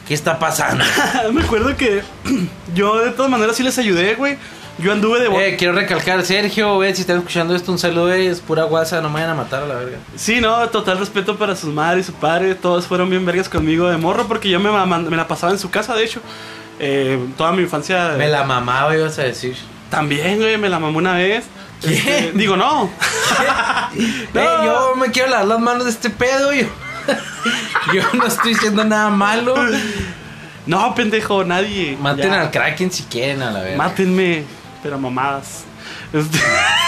¿Qué está pasando?
me acuerdo que yo de todas maneras sí les ayudé, güey. Yo anduve de... bo-
Eh, quiero recalcar, Sergio, ve, si estás escuchando esto, un saludo, eh, es pura guasa, no me vayan a matar a la verga.
Sí, no, total respeto para sus madres y su padre. Todos fueron bien vergas conmigo de morro porque yo me, maman- me la pasaba en su casa, de hecho. Eh, toda mi infancia...
Me la mamaba, ibas a decir.
También, güey, me la mamó una vez. Este, digo, no. No.
Eh, yo me quiero lavar las manos de este pedo. Yo, yo no estoy diciendo nada malo.
No, pendejo, nadie.
Maten
Ya.
al Kraken si quieren, a la verga.
Mátenme, pero mamadas. Este-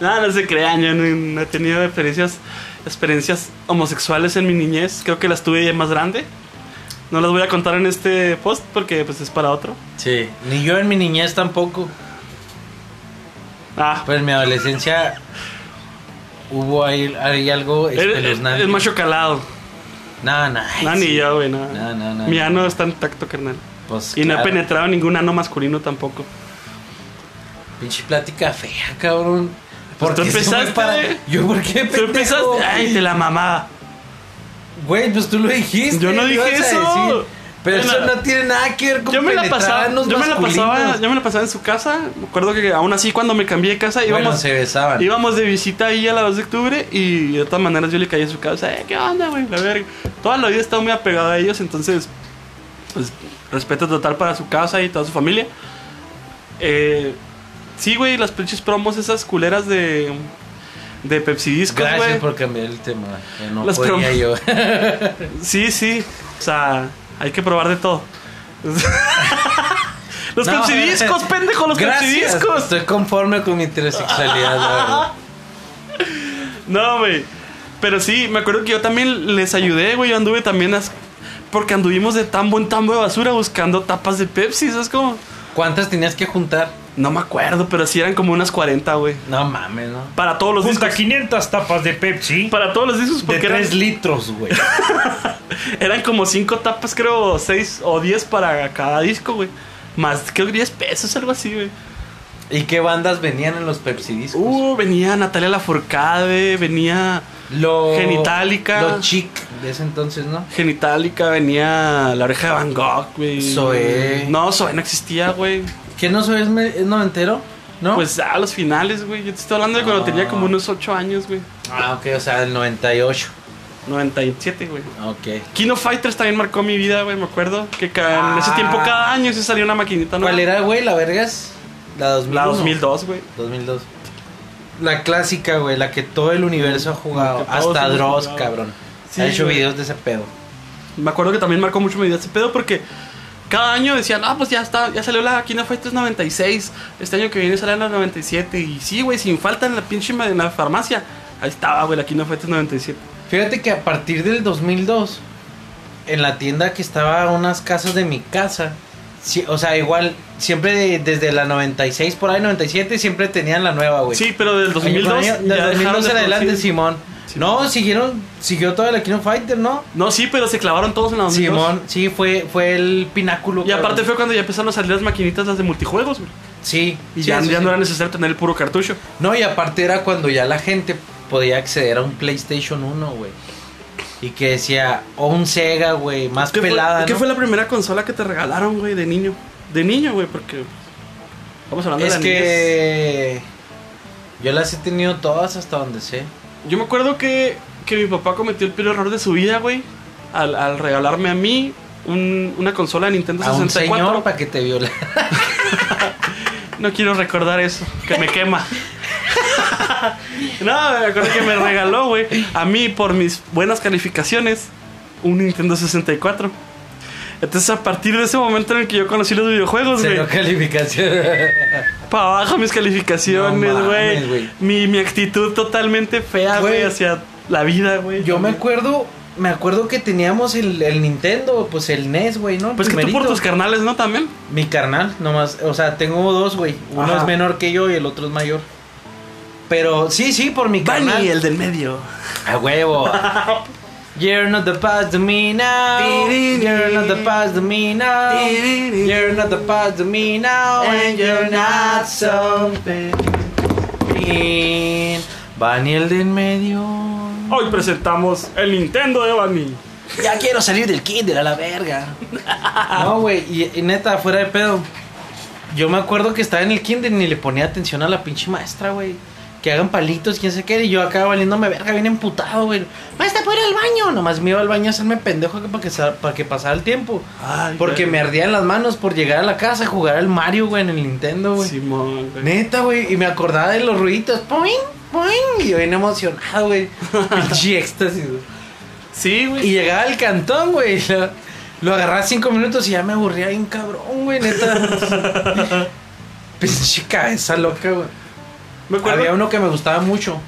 no, no se crean, yo no, no he tenido experiencias, experiencias homosexuales en mi niñez. Creo que las tuve ya más grande. No las voy a contar en este post porque pues es para otro.
Sí. Ni yo en mi niñez tampoco.
Ah,
Pero en mi adolescencia hubo ahí, ahí algo
el, el-
espeluznante.
el macho calado.
No, no. ay,
No,
sí.
ni yo, güey, no.
No, no, no.
Mi ano está intacto, carnal.
Pues,
Y no he
claro,
penetrado ningún ano masculino tampoco.
Pinche plática fea, cabrón.
Pues tú
qué se me
empezaste, güey.
Yo, ¿por qué
Tú empezaste.
pendejo?
Ay, te la mamada.
Güey, pues tú lo dijiste.
Yo no
¿qué
dije
ibas a
eso.
decir? Pero
Yo
eso
no-
no tiene nada que ver con
yo me la
penetrar
pasaba,
anos
yo me la pasaba,
masculinos.
yo me la pasaba en su casa. Me acuerdo que aún así cuando me cambié de casa
Bueno,
íbamos,
se besaban.
íbamos de visita ahí a la 2 de octubre y de todas maneras yo le caí a su casa. "Eh, ¿Qué onda, güey? La verga. Toda la vida he estado muy apegado a ellos, entonces pues, respeto total para su casa y toda su familia. Eh, sí, güey, las pinches promos esas culeras de de Pepsi Discos,
Gracias
Pues, güey.
por cambiar el tema. que No
Las
podía
prom-
yo.
Sí, sí. O sea, hay que probar de todo. los
No,
pepsidiscos, pendejo, los
Gracias,
pepsidiscos.
Estoy conforme con mi heterosexualidad, la verdad.
No, güey. Pero sí, me acuerdo que yo también les ayudé, güey. Yo anduve también as- porque anduvimos de tambo en tambo de basura buscando tapas de Pepsi, ¿sabes cómo?
¿Cuántas tenías que juntar?
No me acuerdo, pero sí eran como unas 40, güey.
No mames, ¿no?
Para todos los
Junta
discos.
500 tapas de Pepsi
Para todos los discos,
de
porque eran,
3
Pues,
litros, güey.
eran como 5 tapas, creo, 6 o 10 para cada disco, güey. Más, creo que 10 pesos, algo así, güey.
¿Y qué bandas venían en los Pepsi Discos?
Uh, venía Natalia Lafourcade, venía
lo...
Genitalica.
Lo chic de ese entonces, ¿no?
Genitalica, venía La Oreja de Van Gogh, güey.
Zoé.
No, Zoé no existía, güey.
¿Que no soy es me- es noventero? ¿No?
Pues a los finales, güey. Yo te estoy hablando de cuando
Ah.
tenía como unos 8 años, güey.
Ah, ok, o sea, el 98.
97, güey.
Ok.
Kino Fighters también marcó mi vida, güey, me acuerdo. Que ca- en ese
Ah.
tiempo cada año se salía una maquinita nueva.
¿Cuál era, güey? ¿La Vergas? La 2000.
La 2002, güey.
2002. La clásica, güey, la que todo el universo ha jugado.
que todos
Hasta
hemos
Dross,
jugado.
cabrón.
Sí,
ha hecho
güey.
videos de ese pedo.
Me acuerdo que también marcó mucho mi vida ese pedo porque cada año decían, ah, pues ya está, ya salió la Kino Fighters 96. Este año que viene sale la 97. Y sí, güey, sin falta en la pinche ma- en la farmacia. Ahí estaba, güey, la Kino Fighters 97.
Fíjate que a partir del 2002, en la tienda que estaba a unas casas de mi casa, sí, o sea, igual, siempre de- desde la 96, por ahí 97, siempre tenían la nueva, güey.
Sí, pero del 2002.
Año-
ya
del 2002 en
dejaron de
adelante,
producir.
Simón. No, siguieron, siguió toda la Kino Fighter, ¿no?
No, sí, pero se clavaron todos en la 2002.
Simón, sí, fue, fue el pináculo.
Y aparte
cabrón.
fue cuando ya empezaron a salir las maquinitas las de multijuegos, güey.
Sí.
Y
sí,
ya,
eso
ya
sí.
no era necesario tener el puro cartucho.
No, y aparte era cuando ya la gente podía acceder a un PlayStation 1, güey. Y que decía, o un Sega, güey, más
¿Qué fue-
pelada,
¿Qué
¿no?
fue la primera consola que te regalaron, güey, de niño? De niño, güey, porque. Vamos hablando
Es
de la niñez.
que yo las he tenido todas hasta donde sé.
Yo me acuerdo que, que mi papá cometió el peor error de su vida, güey. Al, al regalarme a mí un- una consola de Nintendo
A un
64.
señor para que te viola.
No quiero recordar eso, que me quema. no, me acuerdo que me regaló, güey, a mí por mis buenas calificaciones, un Nintendo 64. Entonces, a partir de ese momento en el que yo conocí los videojuegos, güey,
Cero calificación.
para abajo mis calificaciones,
No mames,
güey.
güey.
mi, mi actitud totalmente fea,
Güey.
güey, hacia la vida, güey.
Yo me
también.
acuerdo, me acuerdo que teníamos el, el Nintendo, pues el NES, güey, ¿no? El
Pues que tú por
primerito.
tus carnales, ¿no? También.
Mi carnal, nomás, o sea, tengo dos, güey. Uno
Ajá.
es menor que yo y el otro es mayor. Pero sí, sí, por mi
Bunny,
carnal.
el del medio.
A huevo. You're not the past to me now. You're not the past to me now. You're not the past to me now. And you're not something. Bunny el de en medio.
Hoy presentamos el Nintendo de Bunny.
Ya quiero salir del kinder a la verga. No, güey, y, y neta, fuera de pedo. Yo me acuerdo que estaba en el kinder y ni le ponía atención a la pinche maestra, güey. Que hagan palitos, quién sé qué. Y yo acá valiéndome verga, bien emputado, güey. Maestra, ¿puedo ir al baño? Nomás me iba al baño a hacerme pendejo que para que, sa- para que pasara el tiempo.
Ay,
Porque me ardían las manos por llegar a la casa a jugar al Mario, güey, en el Nintendo, güey.
Simón, güey.
Neta, güey. Y me acordaba de los ruiditos. ¡Poing! ¡Poing! Y yo bien emocionado, güey. Pinche éxtasis, güey.
Sí, güey.
Y llegaba al cantón, güey. y Lo, lo agarraba cinco minutos y ya me aburría bien cabrón, güey, neta. Pinche cabeza loca, güey.
Me acuerdo-
Había uno que me gustaba mucho.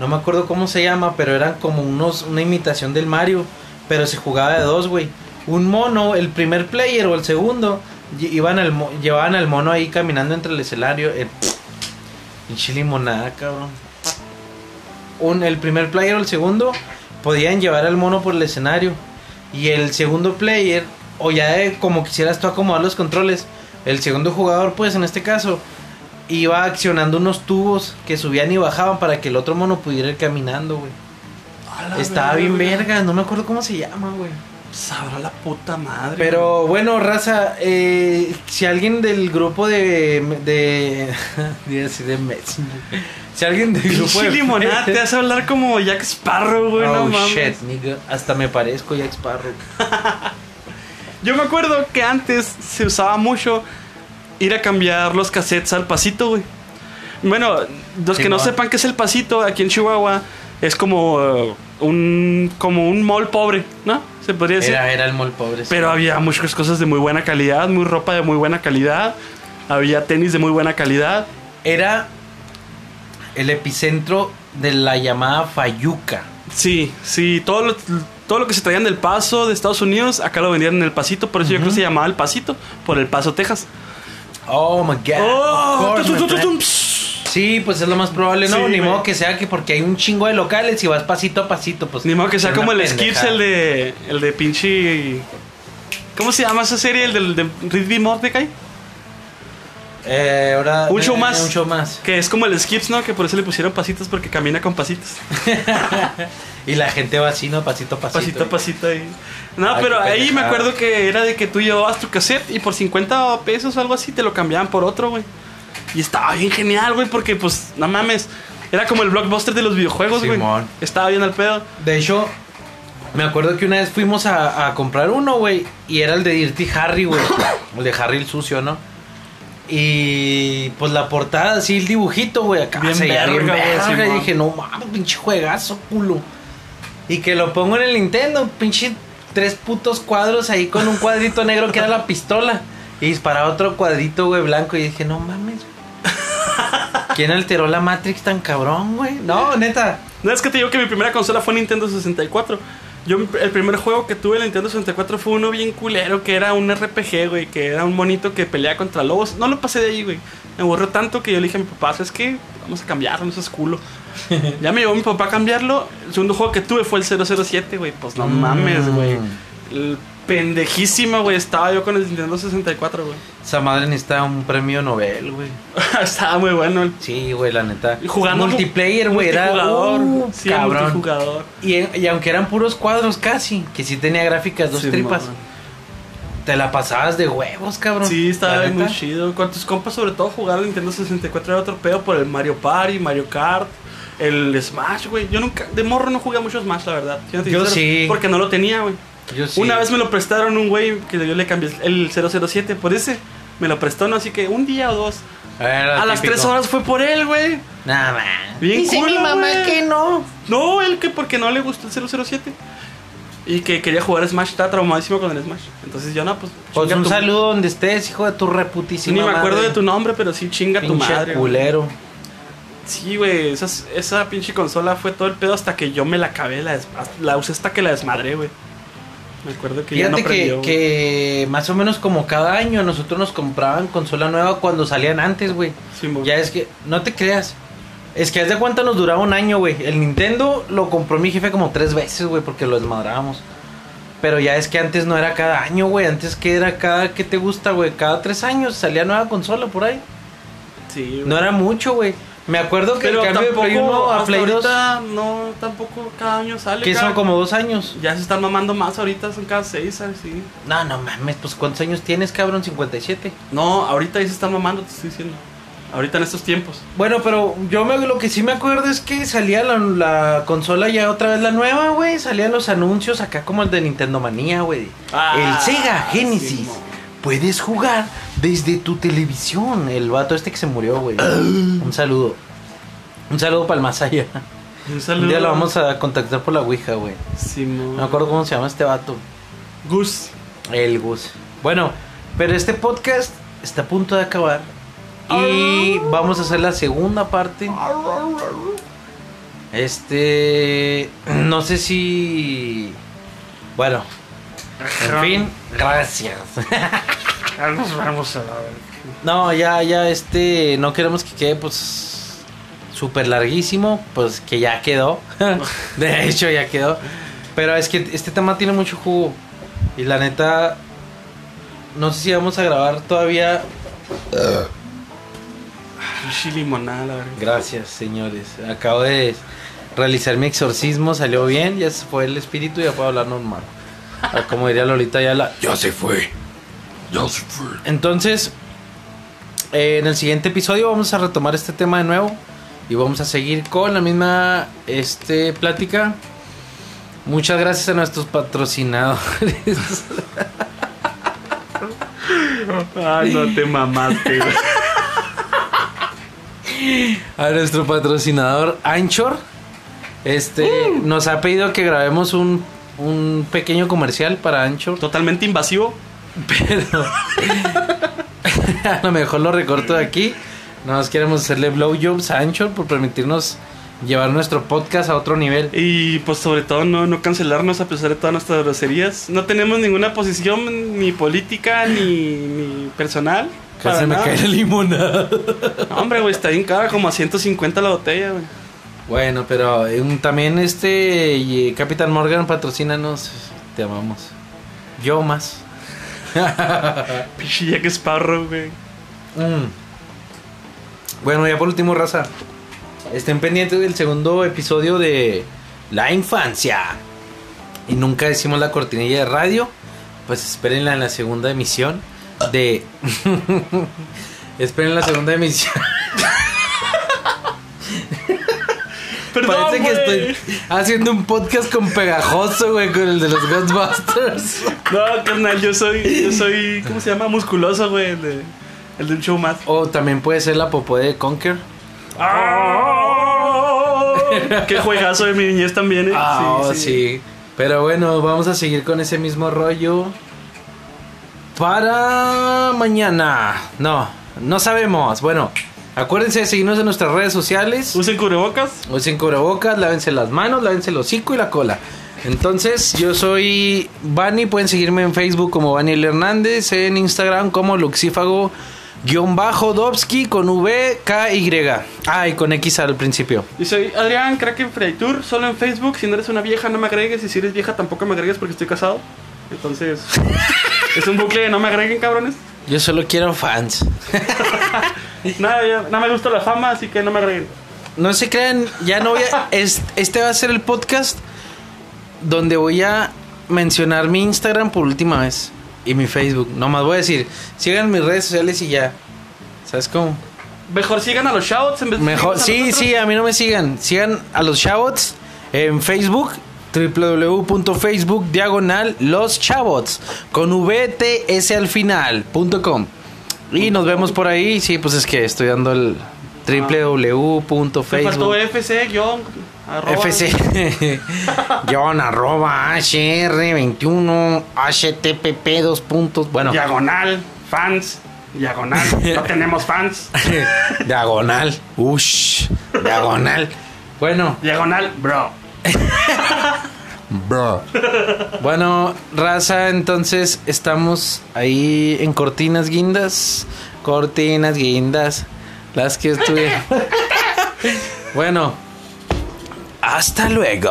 No me acuerdo cómo se llama, pero eran como unos, una imitación del Mario. Pero se jugaba de dos, güey. Un mono, el primer player o el segundo, y- iban al mo- llevaban al mono ahí caminando entre el escenario. El, pinche limonada, cabrón. Un, el primer player o el segundo podían llevar al mono por el escenario. Y el segundo player, o ya de como quisieras tú acomodar los controles, el segundo jugador, pues en este caso, iba accionando unos tubos que subían y bajaban para que el otro mono pudiera ir caminando, güey.
A la
Estaba bien
Ah, verga.
verga, no me acuerdo cómo se llama, güey.
Sabrá la puta madre. güey.
Pero bueno, raza, eh, si alguien del grupo de. de. de, así de Messi. Si alguien del grupo
Pinche
de.
limonada, te hace hablar como Jack Sparrow, güey, no
Oh
mames.
shit, nigga. Hasta me parezco Jack Sparrow.
Yo me acuerdo que antes se usaba mucho ir a cambiar los cassettes al pasito, güey. Bueno, los que no
Simón.
sepan qué es el pasito, aquí en Chihuahua es como eh, un como un mall pobre, ¿no? Se podría decir.
Era, era el mol pobre. sí.
Pero había muchas cosas de muy buena calidad, muy ropa de muy buena calidad, había tenis de muy buena calidad.
Era el epicentro de la llamada Fayuca.
Sí, sí, todo lo, todo lo que se traían del Paso de Estados Unidos, acá lo vendían en el Pasito, por eso yo creo que se llamaba el Pasito, por el Paso, Texas.
Oh my god.
Oh,
Of course,
tum,
my
tum, tum,
friend.
tum, pss.
Sí, pues es lo más probable, ¿no?
Sí,
Ni
güey.
modo que sea que porque hay un chingo de locales y vas pasito a pasito, pues.
Ni modo que sea
es una
como el Skips,
pendejada.
el de, el de pinche... ¿Cómo se llama esa serie? El del de Ridley Mordecai.
Eh, ahora.
Un show
eh,
más.
Un show más.
Que es como el Skips, ¿no? Que por eso le pusieron pasitos porque camina con pasitos.
Y la gente va así, ¿no? Pasito a pasito.
Pasito a pasito ahí. No,
Ay, qué
pero ahí me
pendejada.
acuerdo que era de que tú llevabas tu cassette y por 50 pesos o algo así te lo cambiaban por otro, güey. Y estaba bien genial, güey, porque pues, no mames. Era como el blockbuster de los videojuegos, güey.
Simón.
Estaba bien al pedo.
De hecho, me acuerdo que una vez fuimos a, a comprar uno, güey. Y era el de Dirty Harry, güey. el de Harry el sucio, ¿no? Y pues la portada, así el dibujito, güey. Acá
Bien
se veía bien
verga, güey,
verga, Y
Simón.
dije, no mames, pinche juegazo, culo. Y que lo pongo en el Nintendo, pinche tres putos cuadros ahí con un cuadrito negro que era la pistola. Y disparaba otro cuadrito, güey, blanco. Y dije, no mames, güey. ¿Quién alteró la Matrix tan cabrón, güey? No, neta.
No es que te digo que mi primera consola fue Nintendo 64. Yo, el primer juego que tuve en Nintendo 64 fue uno bien culero, que era un RPG, güey, que era un monito que peleaba contra lobos. No lo pasé de ahí, güey. Me aburrió tanto que yo le dije a mi papá, ¿sabes qué? Vamos a cambiarlo, no seas culo. ya me llevó mi papá a cambiarlo. El segundo juego que tuve fue el 007, güey. Pues no
Mm.
mames, güey. El Pendejísima, güey. Estaba yo con el Nintendo 64, güey.
Esa madre necesita un premio Nobel, güey.
Estaba muy bueno. El...
Sí, güey, la neta.
y Jugando
multiplayer, güey, era
multijugador.
uh,
sí, era
cabrón.
multijugador.
Y, y aunque eran puros cuadros casi, que sí tenía gráficas dos
Sí,
tripas,
mamá.
te la pasabas de huevos, cabrón.
Sí,
La
estaba
neta.
muy chido. Con tus compas, sobre todo, jugar al Nintendo 64 era otro pedo por el Mario Party, Mario Kart, el Smash, güey. Yo nunca, de morro no jugué mucho Smash, la verdad. Siéndote
Yo
sincero,
sí.
Porque no lo tenía, güey.
Yo sí.
Una vez me lo prestaron un güey que yo le cambié el 007 por ese. Me lo prestó, no, así que un día o dos.
Era
a las
típico.
tres horas fue por él, güey.
Nada más.
Bien
Dice
culo,
mi mamá
güey.
que no.
No, él que porque no le gustó el 007. Y que quería jugar Smash, estaba traumadísimo con el Smash. Entonces yo, no, pues.
Pues
chinga
un
tu-
saludo donde estés, hijo de tu
Sí,
reputísima
ni me acuerdo
madre.
de tu nombre, pero sí chinga tu
Pinche
madre. güey.
culero.
Sí, güey, esas- esa pinche consola fue todo el pedo hasta que yo me la acabé, la, des- la usé hasta que la desmadré, güey. Me acuerdo que ya
Fíjate
no
que,
prendió, güey.
que más o menos como cada año nosotros nos compraban consola nueva cuando salían antes, güey.
Simón.
Ya es que, no te creas. Es que haz de cuenta nos duraba un año, güey. El Nintendo lo compró mi jefe como tres veces, güey, porque lo desmadrábamos. Pero ya es que antes no era cada año, güey. Antes que era cada que te gusta, güey. Cada tres años salía nueva consola por ahí.
Sí, güey.
No era mucho, güey. Me acuerdo que
pero
el cambio de
tampoco,
Play 1 a
hasta
Play 2,
ahorita, no, tampoco cada año sale.
que
cada-
son como dos años.
Ya se están mamando más ahorita, son cada seis, ¿sabes? Sí.
No, no mames, pues ¿cuántos años tienes, cabrón? 57.
No, ahorita ya se están mamando, te estoy diciendo. Ahorita en estos tiempos.
Bueno, pero yo me, lo que sí me acuerdo es que salía la, la consola ya otra vez la nueva, güey. Salían los anuncios acá como el de Nintendo Manía, güey.
Ah,
el Sega
sí,
Genesis.
mo.
Puedes jugar desde tu televisión. El vato este que se murió, güey.
Ah.
Un saludo. Un saludo para el más allá.
Un saludo.
Un día lo vamos a contactar por la Ouija, güey. No
Simón.
me acuerdo cómo se llama este vato.
Gus.
El Gus. Bueno, pero este podcast está a punto de acabar. Y vamos a hacer la segunda parte. Este. No sé si. Bueno. En fin, gracias.
Ya nos vamos a la verga.
No, ya, ya, este. No queremos que quede, pues. Súper larguísimo. Pues que ya quedó. De hecho, ya quedó. Pero es que este tema tiene mucho jugo. Y la neta. No sé si vamos a grabar todavía
Pinche limonada, la verdad.
Gracias, señores. Acabo de realizar mi exorcismo, salió bien, ya se fue el espíritu y ya puedo hablar normal. Ah, Como diría Lolita ya la...
Ya se fue. Ya se fue.
Entonces, eh, en el siguiente episodio vamos a retomar este tema de nuevo y vamos a seguir con la misma este, plática. Muchas gracias a nuestros patrocinadores.
Ay, no te mamaste, güey.
a nuestro patrocinador Anchor. Este
Uh.
nos ha pedido que grabemos un, un pequeño comercial para Anchor.
Totalmente invasivo.
Pero a lo mejor lo recorto de aquí. Nada más queremos hacerle blowjobs a Anchor por permitirnos llevar nuestro podcast a otro nivel.
Y pues sobre todo no, no cancelarnos a pesar de todas nuestras groserías. No tenemos ninguna posición ni política ni, ni personal. para
Casi me
nada.
cae la limonada.
No, Hombre, güey, está bien cara, como a 150 la botella, güey.
Bueno, pero eh, un- también este y, eh, Capitán Morgan patrocínanos. Te amamos. Yo más.
Pinche Jack Sparrow, güey.
Mm. Bueno, ya por último, raza. Estén pendientes del segundo episodio de La Infancia. Y nunca decimos la cortinilla de radio. Pues espérenla en la segunda emisión de. esperen la segunda emisión.
Perdón,
Parece que
güey.
estoy haciendo un podcast con pegajoso, güey, con el de los Ghostbusters.
No, carnal, yo soy, yo soy, ¿cómo se llama? Musculoso, güey, el de, el de un show más.
O también puede ser la popó de Conker.
Qué juegazo de mi niñez también, eh.
Ah, oh, sí, Pero bueno, vamos a seguir con ese mismo rollo. Para mañana. No, no sabemos. Bueno, acuérdense de seguirnos en nuestras redes sociales.
Usen cubrebocas.
Usen cubrebocas, lávense las manos, lávense el hocico y la cola. Entonces, yo soy Vani, pueden seguirme en Facebook como Vaniel Hernández, en Instagram como Luxífago guión bajo Dobsky con V, K, Y. Ah, y con X al principio.
Y soy Adrián Kraken Freddy Tour, solo en Facebook. Si no eres una vieja, no me agregues. Y si eres vieja, tampoco me agregues porque estoy casado. Entonces, es un bucle de no me agreguen, cabrones.
Yo solo quiero fans.
Nada, ya, no me gusta la fama, así que no me agreguen.
No se crean, ya no voy a. es- este va a ser el podcast donde voy a mencionar mi Instagram por última vez y mi Facebook. Nomás voy a decir, sigan mis redes sociales y ya. ¿Sabes cómo?
Mejor sigan a los shouts en vez de
Mejor,
seguirnos a
sí,
nosotros.
sí, a mí no me sigan. Sigan a los Chabots en Facebook www.facebook diagonal los chabots con vts al final punto com. y nos vemos por ahí sí pues es que estoy dando el
Ah. Me faltó
www.facebook
FC, guión, arroba.
FC John arroba HR21 HTPP dos puntos bueno
Diagonal, fans, diagonal. No tenemos fans.
diagonal ush diagonal bueno
Diagonal, bro.
bro bueno raza entonces estamos ahí en cortinas guindas cortinas guindas las que estuve bueno hasta luego